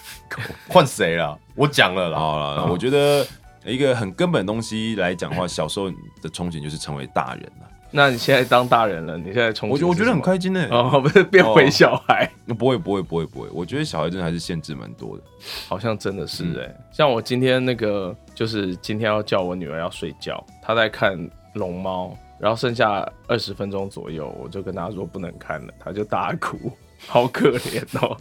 Speaker 3: 换谁啦？我讲了啦。
Speaker 4: 好 了，我觉得一个很根本的东西来讲的话，小时候的憧憬就是成为大人啊了。
Speaker 6: 那你现在当大人了，你现在重
Speaker 4: 我觉我觉得很开心呢、
Speaker 6: 哦，不是变回小孩，
Speaker 4: 不会不会不会不会，我觉得小孩真的还是限制蛮多的。
Speaker 6: 好像真的
Speaker 4: 嗯
Speaker 6: 是哎、像我今天那个，就是今天要叫我女儿要睡觉，她在看《龙猫》，然后剩下二十分钟左右，我就跟她说不能看了，她就大哭， 好可怜哦。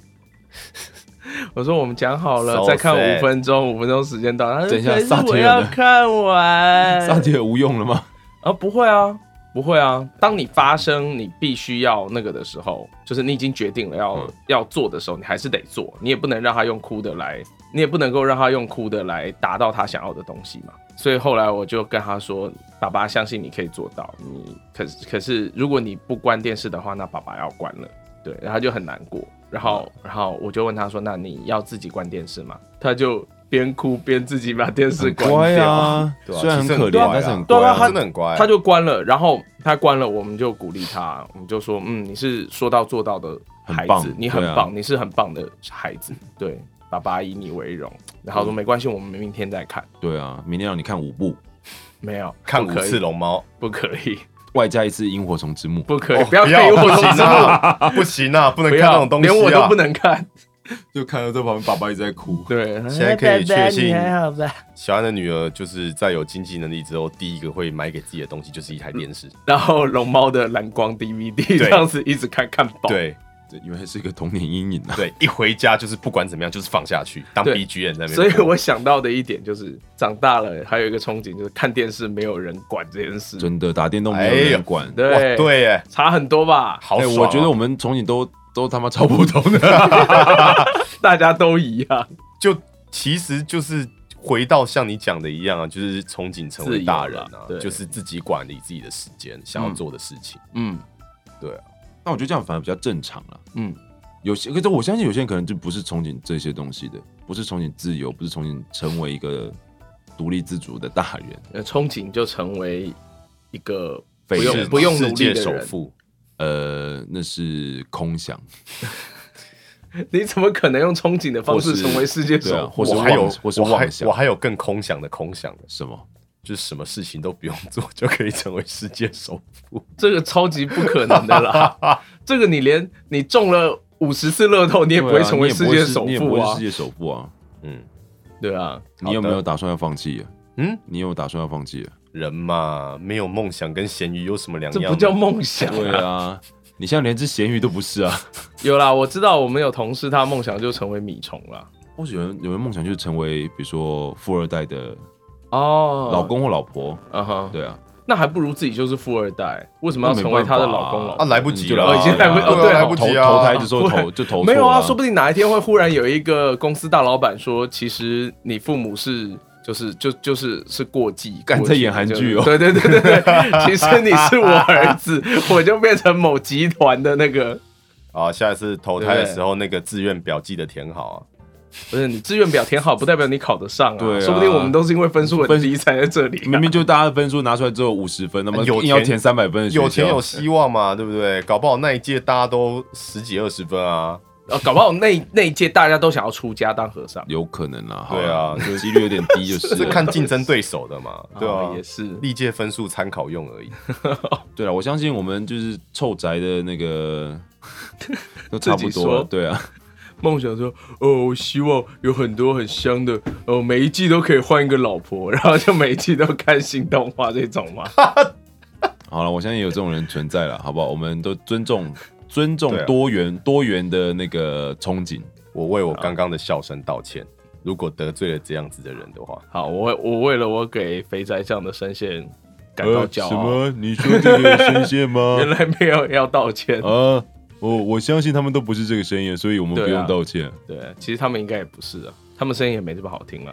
Speaker 6: 我说我们讲好了
Speaker 3: So
Speaker 6: 再看
Speaker 3: sad
Speaker 6: 五分钟，五分钟时间到，她说
Speaker 4: 等一下
Speaker 6: 可是
Speaker 4: 萨提尔
Speaker 6: 我要
Speaker 4: 呢
Speaker 6: 看完。
Speaker 4: 萨提尔无用了 吗？
Speaker 6: 啊，不会啊，不会啊。当你发生你必须要那个的时候，就是你已经决定了要、要做的时候，你还是得做，你也不能让他用哭的来，你也不能够让他用哭的来达到他想要的东西嘛。所以后来我就跟他说：“爸爸相信你可以做到，你可是可是如果你不关电视的话，那爸爸要关了。”对，然后他就很难过。然后，然后我就问他说：“那你要自己关电视吗？”他就边哭边自己把电视关
Speaker 4: 乖
Speaker 6: 掉。
Speaker 4: 啊，
Speaker 3: 对啊
Speaker 4: 虽然很
Speaker 3: 其实很
Speaker 4: 可怜，
Speaker 3: 乖啊
Speaker 4: 但是很
Speaker 6: 对
Speaker 4: 乖、
Speaker 6: 啊，他
Speaker 3: 真的很乖
Speaker 6: 他就关了。然后他关了，我们就鼓励他，我们就说，嗯，你是说到做到的孩
Speaker 4: 很棒
Speaker 6: 子，你很
Speaker 4: 对啊
Speaker 6: 棒，你是很棒的孩子，对，爸爸以你为荣。然后说没关系，我们明天再看。
Speaker 4: 对啊，明天让你看五部，
Speaker 6: 没有，
Speaker 3: 看
Speaker 6: 不
Speaker 3: 五
Speaker 6: 可以
Speaker 3: 次，龙猫，哦
Speaker 6: 不可以，
Speaker 4: 外加一次《萤火虫之墓》。
Speaker 6: 不 可以，不要
Speaker 3: 不要
Speaker 6: 给我
Speaker 3: 不行
Speaker 6: 这种，
Speaker 3: 啊， 不行啊，不能
Speaker 6: 不
Speaker 3: 看那种
Speaker 6: 要，
Speaker 3: 东西啊，
Speaker 6: 连我都不。能看。
Speaker 4: 就看到在旁边，爸爸一直在哭。
Speaker 6: 对，
Speaker 3: 现在可以确信
Speaker 6: 哎爸爸你还好吧？
Speaker 3: 小安的女儿就是在有经济能力之后，第一个会买给自己的东西就是一台电视。
Speaker 6: 然后龙猫的蓝光 DVD 这样子一直看看饱。
Speaker 3: 对
Speaker 4: 对，因为是一个童年阴影啊。
Speaker 3: 对，一回家就是不管怎么样就是放下去当
Speaker 6: 对
Speaker 3: B G M 在那边
Speaker 6: 所
Speaker 3: 播。
Speaker 6: 以我想到的一点就是，长大了还有一个憧憬，就是看电视没有人管这件事，
Speaker 4: 真的打电动没有人管。哎
Speaker 3: 哇
Speaker 6: 对
Speaker 3: 对耶，
Speaker 6: 差很多吧？
Speaker 3: 好爽啊、
Speaker 4: 我觉得我们从你都都他妈超普通 的。
Speaker 6: 大家都一样，
Speaker 3: 就其实就是回到像你讲的一样啊，就是憧憬成为大人
Speaker 6: 自由
Speaker 3: 啊
Speaker 6: 啦，对
Speaker 3: 就是自己管理自己的时间，想要做的事情。
Speaker 6: 嗯，
Speaker 3: 对啊，
Speaker 4: 那我觉得这样反而比较正常了。
Speaker 6: 嗯，
Speaker 4: 有些，可是我相信有些人可能就不是憧憬这些东西的，不是憧憬自由，不是憧憬成为一个独立自主的大人。
Speaker 6: 呃憧憬就成为一个不
Speaker 4: 匪夷
Speaker 6: 用
Speaker 3: 是
Speaker 6: 不用努
Speaker 3: 世
Speaker 6: 力
Speaker 3: 界
Speaker 6: 的
Speaker 3: 首
Speaker 6: 人，
Speaker 3: 富，
Speaker 4: 呃，那是空想，
Speaker 6: 你怎么可能用憧憬的方
Speaker 4: 或
Speaker 6: 式
Speaker 4: 是
Speaker 6: 成为世界
Speaker 4: 对
Speaker 6: 首
Speaker 4: 啊或
Speaker 6: 富？
Speaker 4: 是
Speaker 3: 我还有
Speaker 4: 妄或是
Speaker 3: 我还
Speaker 4: 妄想
Speaker 3: 我还有更空想的空想的，
Speaker 4: 什么？
Speaker 3: 就是什么事情都不用做就可以成为世界首富。
Speaker 6: 这个超级不可能 的啦！这个你连你中了五十次乐透，你也不会
Speaker 4: 对啊
Speaker 6: 成为
Speaker 4: 你
Speaker 6: 世
Speaker 4: 不会
Speaker 6: 界
Speaker 4: 是
Speaker 6: 首
Speaker 4: 你也不
Speaker 6: 富
Speaker 4: 会是
Speaker 6: 啊
Speaker 4: 世！界首富啊！
Speaker 3: 嗯
Speaker 6: 对啊，
Speaker 4: 你有没有打算要放弃啊？
Speaker 3: 嗯，
Speaker 4: 你有打算要放弃啊？
Speaker 3: 人嘛，没有梦想跟咸鱼有什么两
Speaker 6: 这
Speaker 3: 样呢？
Speaker 6: 不叫梦想。
Speaker 4: 对啊，你现在连只咸鱼都不是啊！
Speaker 6: 有啦，我知道我们有同事，他梦想就成为米虫啦。
Speaker 4: 或许有人有人梦想就是成为，比如说富二代的
Speaker 6: 哦，
Speaker 4: 老，公或老婆，
Speaker 6: 嗯哼，
Speaker 4: 对啊，
Speaker 6: 那还不如自己就是富二代，为什么要成为他的老公老
Speaker 3: 啊，
Speaker 6: 婆？
Speaker 3: 来不及了
Speaker 4: 你就
Speaker 3: 啊，
Speaker 4: 来不及了
Speaker 3: 对啊
Speaker 6: 哦对啊
Speaker 3: 来不及啊，
Speaker 4: 投投胎就说投就投
Speaker 6: 没有啊，说
Speaker 4: 不
Speaker 6: 不定哪一天会忽然有一个公司大老板说，其实你父母是。就是就就是是过继，
Speaker 4: 干
Speaker 6: 过继
Speaker 4: 在演韩剧哦
Speaker 6: 就是对对对对对，其实你是我儿子，我就变成某集团的那个，
Speaker 3: 啊，下一次投胎的时候那个志愿表记得填好啊。
Speaker 6: 不是你志愿表填好，不代表你考得上啊，
Speaker 4: 对啊
Speaker 6: 说不定我们都是因为分数很低才在这里、
Speaker 4: 明明就大家的分数拿出来只有五十分，那么
Speaker 3: 有
Speaker 4: 硬要
Speaker 3: 钱
Speaker 4: 填三百分的学校，
Speaker 3: 有钱有希望嘛，对不对？搞不好那一届大家都十几二十分啊，
Speaker 6: 呃，搞不好那那一届大家都想要出家当和尚，
Speaker 4: 有可能啊，好
Speaker 3: 对啊，
Speaker 4: 就几率有点低，就是
Speaker 3: 是
Speaker 4: 了
Speaker 3: 看竞争对手的嘛，对啊
Speaker 6: 哦，也是
Speaker 3: 历届分数参考用而已。
Speaker 4: 对啊了，我相信我们就是臭宅的那 个都差不
Speaker 6: 自己
Speaker 4: 多了，
Speaker 6: 说
Speaker 4: 对啊，
Speaker 6: 梦想说，哦，我希望有很多很香的，哦，每一季都可以换一个老婆，然后就每一季都看新动画这种 嘛。
Speaker 4: 好了，我相信有这种人存在了，好不好？我们都尊 重尊重
Speaker 3: 对啊
Speaker 4: 多元、多元的那个憧憬。
Speaker 3: 我为我刚刚的笑声道歉，如果得罪了这样子的人的话，
Speaker 6: 好，我我为了我给肥宅这样的声线感到骄
Speaker 4: 呃什
Speaker 6: 傲。？
Speaker 4: 么？你说这个声线吗
Speaker 6: 原来没有要道歉，
Speaker 4: 啊，我我相信他们都不是这个声音，所以我们
Speaker 6: 对啊
Speaker 4: 不用道歉。
Speaker 6: 对，其实他们应该也不是啊，他们声音也没这么好听啊。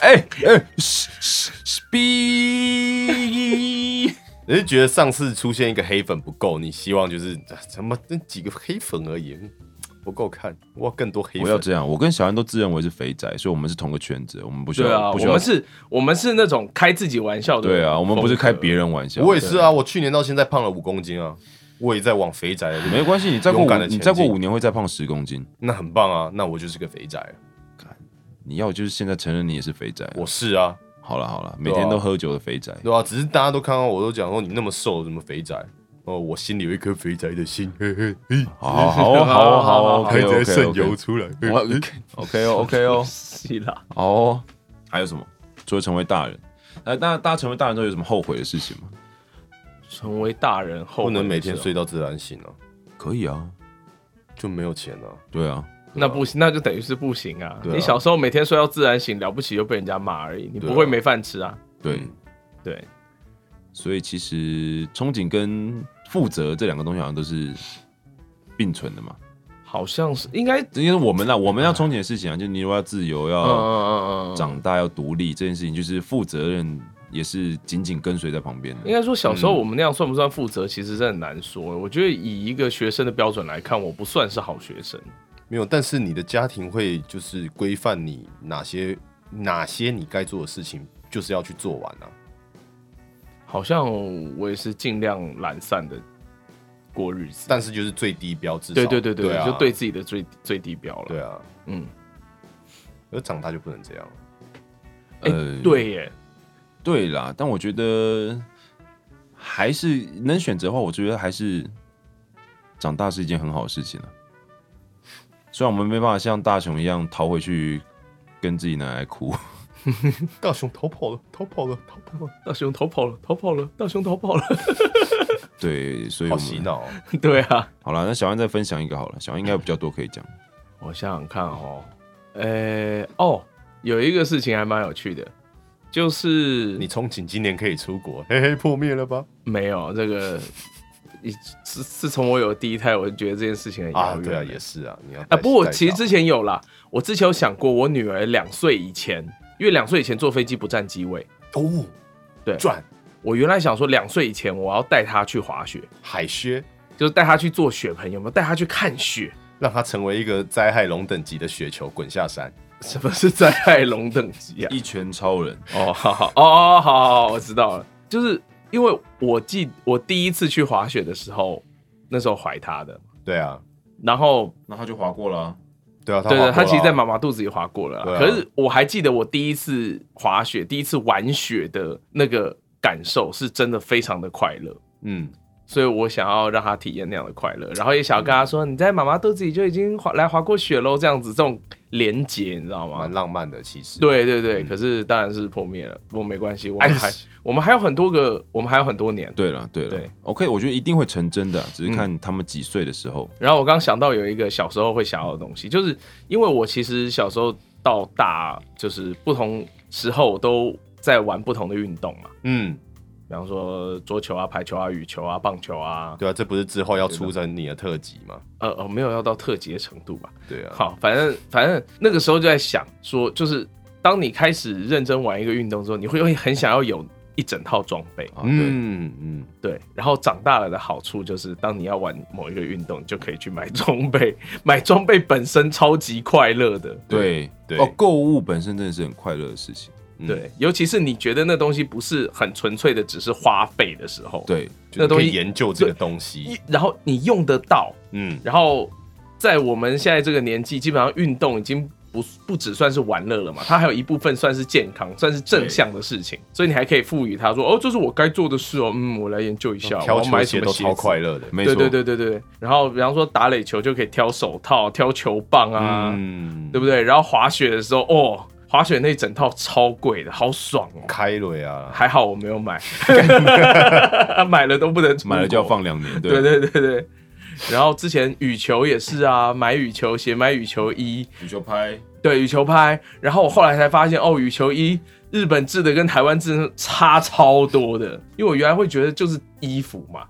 Speaker 4: 哎哎，嘘嘘嘘哔！
Speaker 3: 你是觉得上次出现一个黑粉不够，你希望就是啊怎么那几个黑粉而已，嗯不够看，我要更多黑
Speaker 4: 我要
Speaker 3: 粉。
Speaker 4: 这样，我跟小安都自认为是肥宅，所以我们是同个圈子，我们不需
Speaker 6: 对
Speaker 4: 要，
Speaker 6: 啊，
Speaker 4: 不
Speaker 6: 我
Speaker 4: 需要
Speaker 6: 们。是，我们是那种开自己玩笑的。
Speaker 4: 对啊，我们不是开别。人玩笑。
Speaker 3: 我也是啊，我去年到现在胖了五公斤啊，我也在往肥宅的路，
Speaker 4: 没关系，你再过
Speaker 3: 勇
Speaker 4: 五
Speaker 3: 敢地，
Speaker 4: 你
Speaker 3: 前
Speaker 4: 再过
Speaker 3: 进
Speaker 4: 五年会再胖十公斤。
Speaker 3: 那很棒啊，那我就是个肥宅，
Speaker 4: 你要就是现在承认你也是肥宅。
Speaker 3: 我是啊，
Speaker 4: 好了好了，每天都喝酒的肥宅。
Speaker 3: 对啊，只是大家都看到我都讲说你那么瘦，怎么肥宅？哦，我心里有一颗肥宅的心，嘿嘿，嘿
Speaker 4: 好 好好好好，OK
Speaker 3: 肥宅
Speaker 4: OK
Speaker 3: 渗油
Speaker 4: OK
Speaker 3: 出来。嘿
Speaker 4: 我 OK 哦 OK 哦，
Speaker 6: 是啦，
Speaker 4: 哦， 还有什么？除了成为大人，呃，大大家成为大人之后有什么后悔的事情吗？
Speaker 6: 成为大人后
Speaker 3: 不能每天
Speaker 6: 睡。
Speaker 3: 睡到自然醒啊，
Speaker 4: 可以啊，
Speaker 3: 就没有钱啊。
Speaker 4: 对啊，
Speaker 6: 那不行，那就等于是不行啊！
Speaker 3: 对啊
Speaker 6: 你小时候每天睡到自然醒，了不起就被人家骂而已，你
Speaker 3: 对啊
Speaker 6: 不会没饭吃啊。
Speaker 4: 对，
Speaker 6: 对，
Speaker 4: 所以其实憧憬跟负责这两个东西好像都是并存的嘛。
Speaker 6: 好像是应该，嗯
Speaker 4: 这就是我们啦，我们要憧憬的事情啊，就你如果要自由，
Speaker 6: 嗯
Speaker 4: 要
Speaker 6: 嗯嗯嗯，
Speaker 4: 长大，要独立这件事情，就是负责任也是紧紧跟随在旁边
Speaker 6: 应
Speaker 4: 的。
Speaker 6: 该说小时候我们那样算不算负责，其实真的很难说。我觉得以一个学生的标准来看，我不算是好学生。
Speaker 3: 没有，但是你的家庭会就是规范你哪些哪些你该做的事情，就是要去做完啊。
Speaker 6: 好像我也是尽量懒散的过日子，
Speaker 3: 但是就是最低标志。
Speaker 6: 对对对
Speaker 3: 对
Speaker 6: 对，
Speaker 3: 啊，
Speaker 6: 就对自己的最最低标了。
Speaker 3: 对啊，
Speaker 6: 嗯，
Speaker 3: 而长大就不能这样了。
Speaker 6: 哎
Speaker 4: 呃，
Speaker 6: 对耶，
Speaker 4: 对啦，但我觉得还是能选择的话，我觉得还是长大是一件很好的事情啊。虽然我们没办法像大雄一样逃回去跟自己奶奶哭，
Speaker 3: 大雄逃跑了，逃跑了，逃跑了，
Speaker 6: 大雄逃跑了，逃跑了，大雄逃跑了。
Speaker 4: 对，所以我
Speaker 3: 好
Speaker 4: 们
Speaker 3: 洗脑、哦。
Speaker 6: 对啊，
Speaker 4: 好了，那小安再分享一个好了，小安应该有比较多可以讲。
Speaker 6: 我想想看哦，呃、哦，有一个事情还蛮有趣的，就是
Speaker 3: 你憧憬今年可以出国，嘿嘿，破灭了吧？
Speaker 6: 没有这个，一自自从我有第一胎，我就觉得这件事情很哎遥
Speaker 3: 啊，
Speaker 6: 远、
Speaker 3: 对啊，也。是啊，你要
Speaker 6: 啊，
Speaker 3: 带
Speaker 6: 不过我
Speaker 3: 带
Speaker 6: 其实
Speaker 3: 小
Speaker 6: 之前有啦，我之前有想过，我女儿两岁以前，因为两岁以前坐飞机不占机位，
Speaker 3: 哦，
Speaker 6: 对
Speaker 3: 转
Speaker 6: 我原来想说两岁以前我要带她去滑雪，
Speaker 3: 海靴，
Speaker 6: 就是带她去做雪盆，有没有？带她去看雪。
Speaker 3: 让它成为一个灾害龙等级的雪球滚下山。
Speaker 6: 什么是灾害龙等 级啊？
Speaker 4: 一拳超人，
Speaker 6: 哦，好好哦，哦好好好，我知道了，就是因为我记我第一次去滑雪的时候，那时候怀他的，
Speaker 3: 对啊，
Speaker 6: 然后
Speaker 4: 那他就划过了、
Speaker 3: 对啊，
Speaker 6: 对
Speaker 3: 滑
Speaker 6: 对，
Speaker 3: 过
Speaker 6: 他其实，
Speaker 3: 了啊
Speaker 6: 在妈妈肚子里滑过了啦
Speaker 3: 对啊
Speaker 6: 可是我还记得我第一次滑雪、第一次玩雪的那个感受，是真的非常的快乐。
Speaker 3: 嗯，
Speaker 6: 所以我想要让他体验那样的快乐，然后也想要跟他说，你在妈妈肚子里就已经滑来滑过雪喽，这样子这种连结，你知道吗
Speaker 3: 蛮？浪漫的，其实。
Speaker 6: 对对对，
Speaker 3: 嗯
Speaker 6: 可是当然是破灭了，不过没关系，我
Speaker 3: 哎
Speaker 6: 们还我们还有很多个，我们还有很多年。
Speaker 4: 对了，对了
Speaker 6: 对
Speaker 4: ，OK，我觉得一定会成真的啊，只是看他们几岁的时候。
Speaker 6: 然后我刚想到有一个小时候会想要的东西，就是因为我其实小时候到大，就是不同时候都在玩不同的运动嘛，
Speaker 3: 嗯，
Speaker 6: 比方说桌球啊、排球啊、羽球啊、棒球啊，
Speaker 3: 对啊，这不是之后要出成你的特辑吗？
Speaker 6: 呃呃，没有要到特级的程度吧。
Speaker 3: 对啊，
Speaker 6: 好，反正反正那个时候就在想说，就是当你开始认真玩一个运动之后，你会会很想要有一整套装备，
Speaker 4: 啊，对，
Speaker 3: 嗯嗯，
Speaker 6: 对。然后长大了的好处就是，当你要玩某一个运动，你就可以去买装备，买装备本身超级快乐的。
Speaker 4: 对
Speaker 3: 对
Speaker 4: 哦，购物本身真的是很快乐的事情。
Speaker 3: 嗯
Speaker 6: 对，，尤其是你觉得那东西不是很纯粹的，只是花费的时候，，
Speaker 4: 对，
Speaker 3: 就
Speaker 6: 那
Speaker 3: 是
Speaker 6: 东
Speaker 3: 可
Speaker 6: 西
Speaker 3: 以研究这个东西。
Speaker 6: 然后你用得到，
Speaker 3: 嗯，
Speaker 6: 然后在我们现在这个年纪，基本上运动已经不不只算是玩乐了嘛，它还有一部分算是健康，算是正向的事情，所以你还可以赋予它说，哦，这是我该做的事哦，嗯，我来研究一下，我
Speaker 3: 挑
Speaker 6: 要
Speaker 3: 球
Speaker 6: 买什
Speaker 3: 鞋
Speaker 6: 么
Speaker 3: 都
Speaker 6: 鞋
Speaker 3: 超
Speaker 6: 子
Speaker 3: 快乐的。
Speaker 4: 没错，
Speaker 6: 对对对对对，然后比方说打垒球就可以挑手套、挑球棒啊，
Speaker 3: 嗯，
Speaker 6: 对不对？然后滑雪的时候，哦，滑雪那整套超贵的，好爽哦。
Speaker 3: 开瑞啊，
Speaker 6: 还好我没有 买，买了都不能出国
Speaker 4: 买了就要放两年，
Speaker 6: 对对对对。然后之前羽球也是啊，买羽球鞋，买羽球衣，
Speaker 4: 羽球拍，
Speaker 6: 对羽球拍。然后我后来才发现，哦，羽球衣日本制的跟台湾制的差超多的，因为我原来会觉得就是衣服嘛，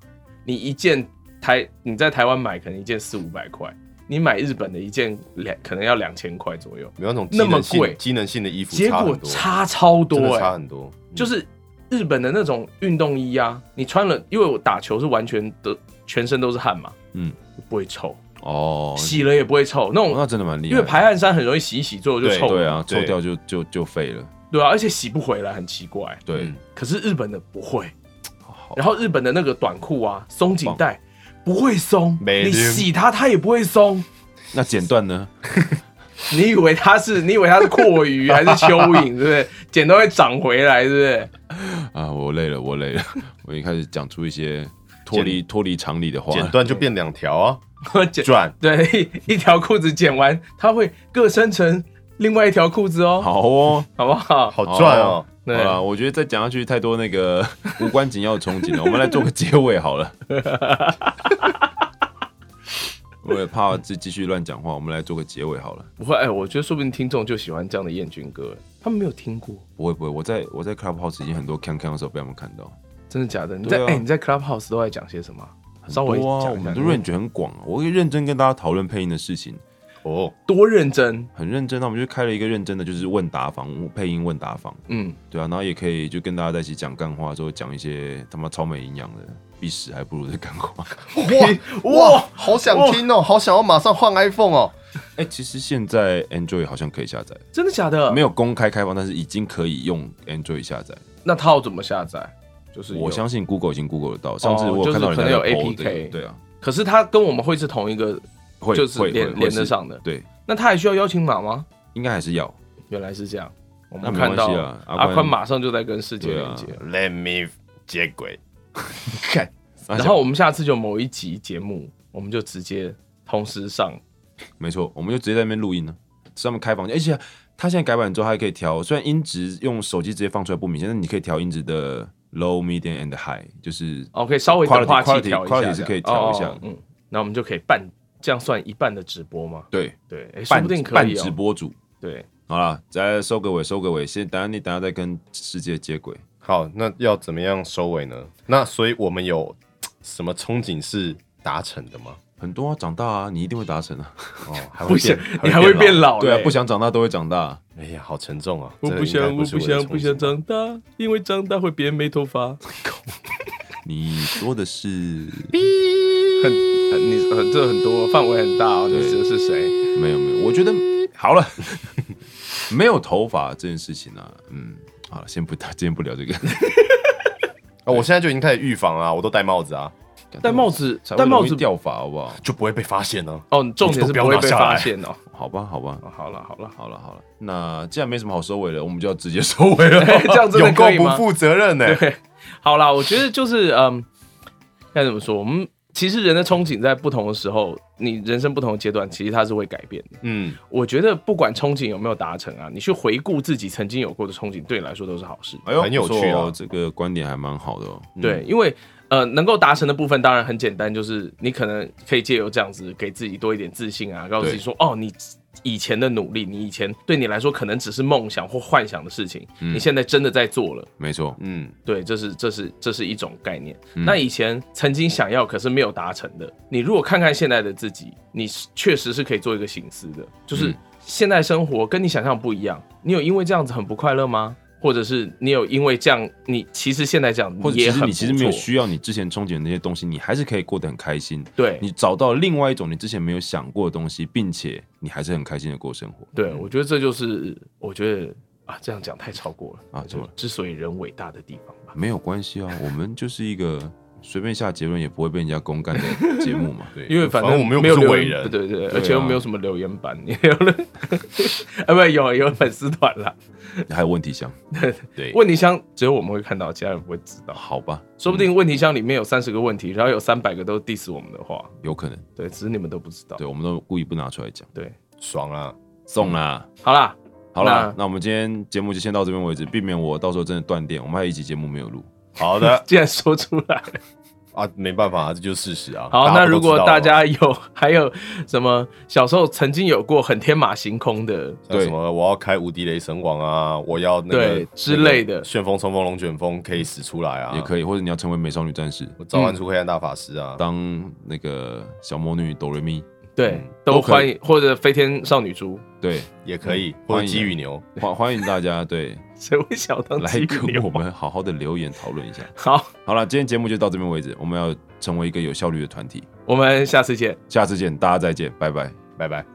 Speaker 6: 你一件台你在台湾买可能一件四五百块，你买日本的一件两可能要两千块左右，
Speaker 3: 没有那种
Speaker 6: 那么
Speaker 3: 机能性
Speaker 6: 贵
Speaker 3: 机能性的衣服
Speaker 6: 结
Speaker 3: 差
Speaker 6: 果
Speaker 4: 嗯
Speaker 3: 很多，
Speaker 6: 差超多
Speaker 3: 真的
Speaker 6: 哎、
Speaker 3: 差很多，嗯
Speaker 6: 就是日本的那种运动衣啊，你穿了，因为我打球是完全的全身都是汗嘛，
Speaker 4: 嗯，
Speaker 6: 不会臭，
Speaker 4: 哦，
Speaker 6: 洗了也不会臭，那
Speaker 4: 哦那
Speaker 6: 种
Speaker 4: 真的蛮厉害
Speaker 6: 因
Speaker 4: 的，
Speaker 6: 为排汗衫很容易洗一洗最后就臭了，
Speaker 4: 对啊，
Speaker 3: 对
Speaker 4: 抽掉就就就废了，
Speaker 6: 对啊，而且洗不回来很奇怪，
Speaker 4: 对
Speaker 3: 嗯，
Speaker 6: 可是日本的不会，
Speaker 4: 哦好
Speaker 6: 然后日本的那个短裤啊，松紧带。不会松，
Speaker 3: 没
Speaker 6: 你
Speaker 3: 溜
Speaker 6: 洗它它也不会松。
Speaker 4: 那剪断呢？
Speaker 6: 你以为它是 你以为它是阔鱼还是蚯蚓，对不对？剪刀会长回来，对不对？
Speaker 4: 啊，我累了，我累了， 我已经开始讲出一些脱离脱离常理的话，
Speaker 3: 剪断就变两条啊，
Speaker 6: 我剪
Speaker 3: 转
Speaker 6: 对，一一条裤子剪完，它会各生成另外一条裤子哦，
Speaker 4: 好 哦。
Speaker 6: 好不好？
Speaker 3: 好转哦，
Speaker 4: 好
Speaker 6: 对，
Speaker 4: 了，我觉得再讲下去太多那个 无关紧要的憧憬了，我们来做个结尾好 了。我也怕继继续乱讲话，我们来做个结尾好了。
Speaker 6: 不会，哎，我觉得说不定听众就喜欢这样的燕军歌，他们没有听过，
Speaker 4: 不会不会，我在我在 Clubhouse 已经很多 can can 的时候被他们看到，
Speaker 6: 真的假的？你在
Speaker 4: 对
Speaker 6: 哎、
Speaker 4: 啊
Speaker 6: 你在 Clubhouse 都在讲些什么啊？
Speaker 4: 很
Speaker 6: 稍微
Speaker 4: 多啊，
Speaker 6: 讲一下
Speaker 4: 我们的 range 很广啊，我会认真跟大家讨论配音的事情，
Speaker 3: 哦，
Speaker 6: 多认真，
Speaker 4: 很认真。那我们就开了一个认真的，就是问答房，配音问答房，
Speaker 6: 嗯，
Speaker 4: 对啊，然后也可以就跟大家在一起讲干话，之后讲一些他妈超没营养的，比屎还不如的干话。
Speaker 3: 哇哇，好想听哦，好想要马上换 iPhone 哦，
Speaker 4: 哎、其实现在 Android 好像可以下载，
Speaker 6: 真的假的？
Speaker 4: 没
Speaker 6: 有，
Speaker 4: 有公开开放，但是已经可以用 Android 下载。
Speaker 6: 那套怎么下载？就是有
Speaker 4: 我相，信 Google 已经 Google 得到。上次我
Speaker 6: 哦就是
Speaker 4: 看到人家
Speaker 6: 可能有
Speaker 4: 在 po 这
Speaker 6: APK
Speaker 4: 个对啊，
Speaker 6: 可是它跟我们会是同一个，
Speaker 4: 会
Speaker 6: 就是
Speaker 4: 会
Speaker 6: 连
Speaker 4: 会
Speaker 6: 连
Speaker 4: 是
Speaker 6: 得上的
Speaker 4: 对，
Speaker 6: 那它还需要邀请码吗？
Speaker 4: 应该还是要。
Speaker 6: 原来是这样，我
Speaker 4: 那
Speaker 6: 们
Speaker 4: 没
Speaker 6: 看到
Speaker 4: 关系啊阿
Speaker 6: 阿宽
Speaker 4: 宽
Speaker 6: 马上就在跟世界
Speaker 4: 对
Speaker 6: 连
Speaker 4: 啊
Speaker 6: 接了。
Speaker 3: Let me 接轨，
Speaker 6: 然后我们下次就某一集节目，我们就直接同时上。
Speaker 4: 没错，我们就直接在那边录音呢、上面开房间，而且它现在改版之后还可以调，虽然音质用手机直接放出来不明显，但你可以调音质的 low、medium and high，就是
Speaker 6: 哦，可以稍微等
Speaker 4: quality
Speaker 6: 化器
Speaker 4: quality
Speaker 6: 调一下
Speaker 4: quality
Speaker 6: 这
Speaker 4: 是
Speaker 6: 样
Speaker 4: 可以调一下。
Speaker 6: 哦哦嗯，那我们就可以半，这样算一半的直播嘛？
Speaker 4: 对，
Speaker 6: 对，诶说
Speaker 4: 半
Speaker 6: 不定可
Speaker 4: 半
Speaker 6: 以、哦、
Speaker 4: 直。播主。
Speaker 6: 对，
Speaker 4: 好了，再收个尾，收个尾，先等下你等下再跟世界接轨。
Speaker 3: 好，那要怎么样收尾呢？那所以我们有什么憧憬是达成的吗？
Speaker 4: 很多啊，长大啊，你一定会达成啊。
Speaker 3: 哦，还
Speaker 6: 不
Speaker 3: 会
Speaker 6: 想
Speaker 3: 变，
Speaker 6: 你还会变
Speaker 3: 老，
Speaker 6: 老嘞，
Speaker 4: 对啊，不想长大都会长大。
Speaker 3: 哎呀，好沉重啊！
Speaker 6: 我
Speaker 3: 这
Speaker 6: 不
Speaker 3: 应该
Speaker 6: 想，我
Speaker 3: 是
Speaker 6: 不
Speaker 3: 我的
Speaker 6: 想，不想
Speaker 3: 憧憬啊
Speaker 6: 长大，因为长大会变没头发。
Speaker 4: 你说的是
Speaker 6: 很，很你很这很多范围很大哦，你指的是谁？
Speaker 4: 没有没有，我觉得好了， 没有头发这件事情啊，嗯，好了，先不 今天不聊这个。
Speaker 3: 啊！我现在就已经开始预防了，我都戴帽子啊，
Speaker 6: 戴帽子
Speaker 4: 才，会
Speaker 6: 戴帽
Speaker 4: 容易
Speaker 6: 子
Speaker 4: 掉发，好不好？
Speaker 3: 就不会被发现呢。
Speaker 6: 哦，你重点
Speaker 3: 都
Speaker 6: 是
Speaker 3: 不要
Speaker 6: 会
Speaker 3: 拿
Speaker 6: 被
Speaker 3: 下
Speaker 6: 发
Speaker 3: 来
Speaker 6: 现哦。
Speaker 4: 好吧，好吧，
Speaker 6: 哦好了好了，
Speaker 4: 好了，好了。那既然没什么好收尾了，我们就要直接收尾 了。
Speaker 6: 哎这样真的
Speaker 3: 有够
Speaker 6: 可以
Speaker 3: 不
Speaker 6: 吗？
Speaker 3: 负责任呢！
Speaker 6: 对，好啦，我觉得就是嗯，该怎么说？我们其实人的憧憬在不同的时候，你人生不同的阶段，其实它是会改变的。
Speaker 3: 嗯，
Speaker 6: 我觉得不管憧憬有没有达成啊，你去回顾自己曾经有过的憧憬，对你来说都是好事。
Speaker 4: 哎呦，
Speaker 3: 很有
Speaker 4: 不错
Speaker 3: 趣啊
Speaker 4: 哦，这个观点还蛮好的哦。嗯
Speaker 6: 对，，因为呃，能够达成的部分当然很简单，就是你可能可以借由这样子给自己多一点自信啊，告诉自己说，哦，你以前的努力，你以前对你来说可能只是梦想或幻想的事情，
Speaker 4: 嗯
Speaker 6: 你现在真的在做了。
Speaker 4: 没错，
Speaker 3: 嗯，
Speaker 6: 对，这是这是这是一种概念。
Speaker 4: 嗯
Speaker 6: 那以前曾经想要可是没有达成的，你如果看看现在的自己，你是确实是可以做一个醒思的，就是
Speaker 4: 嗯
Speaker 6: 现在生活跟你想象不一样。你有因为这样子很不快乐吗？或者是你有因为这样，你其实现在这样
Speaker 4: 或者其
Speaker 6: 也很
Speaker 4: 实
Speaker 6: 不
Speaker 4: 你其实没有
Speaker 6: 错
Speaker 4: 需要你之前憧憬的那些东西，你还是可以过得很开心。
Speaker 6: 对
Speaker 4: 你找到另外一种你之前没有想过的东西，并且你还是很开心的过生活。
Speaker 6: 对，我觉得这就是我觉得啊，这样讲太超过了
Speaker 4: 啊怎么了
Speaker 6: 就之所以人伟大的地方吧。
Speaker 4: 没有关系啊，我们就是一个随便下结论也不会被人家公干的节目嘛。
Speaker 3: 对，
Speaker 6: 因为嗯反
Speaker 3: 正我们又
Speaker 6: 没有
Speaker 3: 不是
Speaker 6: 留
Speaker 3: 伟
Speaker 6: 言
Speaker 3: 人，
Speaker 6: 对对，
Speaker 4: 啊
Speaker 6: 而且又没有什么留言板， 也有了，啊，不，有有粉丝团啦。
Speaker 4: 还有问题箱，
Speaker 3: 对，
Speaker 6: 问题箱只有我们会看到，其他人不会知道。
Speaker 4: 好吧，
Speaker 6: 说不定问题箱里面有三十个问题，然后有三百个都 diss 我们的话，
Speaker 4: 有可能，
Speaker 6: 对，只是你们都不知道。
Speaker 4: 对我们都故意不拿出来讲，
Speaker 6: 对，
Speaker 3: 爽啊，
Speaker 4: 送啦。
Speaker 6: 好啦，
Speaker 4: 好啦
Speaker 6: 那，
Speaker 4: 那我们今天节目就先到这边为止，避免我到时候真的断电。我们还有一集节目没有录，
Speaker 3: 好的
Speaker 6: 既然说出 来，
Speaker 3: 啊，没办法，这就是事实啊。
Speaker 6: 好，
Speaker 3: 大家
Speaker 6: 那
Speaker 3: 都
Speaker 6: 如
Speaker 3: 知
Speaker 6: 果
Speaker 3: 道
Speaker 6: 大
Speaker 3: 了
Speaker 6: 家有还有什么小时候曾经有过很天马行空的，
Speaker 3: 像
Speaker 4: 对
Speaker 3: 什么我要开无敌雷神网啊，我要那个
Speaker 6: 对之类的
Speaker 3: 那个旋风冲锋龙卷风可以使出来啊，
Speaker 4: 也可以，或者你要成为美少女战士，
Speaker 3: 我召唤出黑暗大法师啊，
Speaker 4: 当那个小魔女哆瑞咪，
Speaker 6: 对
Speaker 3: 嗯，
Speaker 6: 都
Speaker 4: 都可
Speaker 6: 欢
Speaker 4: 以
Speaker 6: 迎，或者飞天少女猪，
Speaker 4: 对，
Speaker 3: 也可以，
Speaker 4: 嗯欢
Speaker 3: 或者
Speaker 4: 迎
Speaker 3: 鸡与牛，
Speaker 4: 欢欢迎大家对
Speaker 6: 谁会想当
Speaker 4: 来
Speaker 6: 鸡
Speaker 4: 跟我
Speaker 6: 牛？
Speaker 4: 们好好的留言讨论一下。
Speaker 6: 好，
Speaker 4: 好了，今天节目就到这边为止，我们要成为一个有效率的团体。
Speaker 6: 我们下次见。
Speaker 4: 下次见，大家再见，拜拜。
Speaker 3: 拜拜。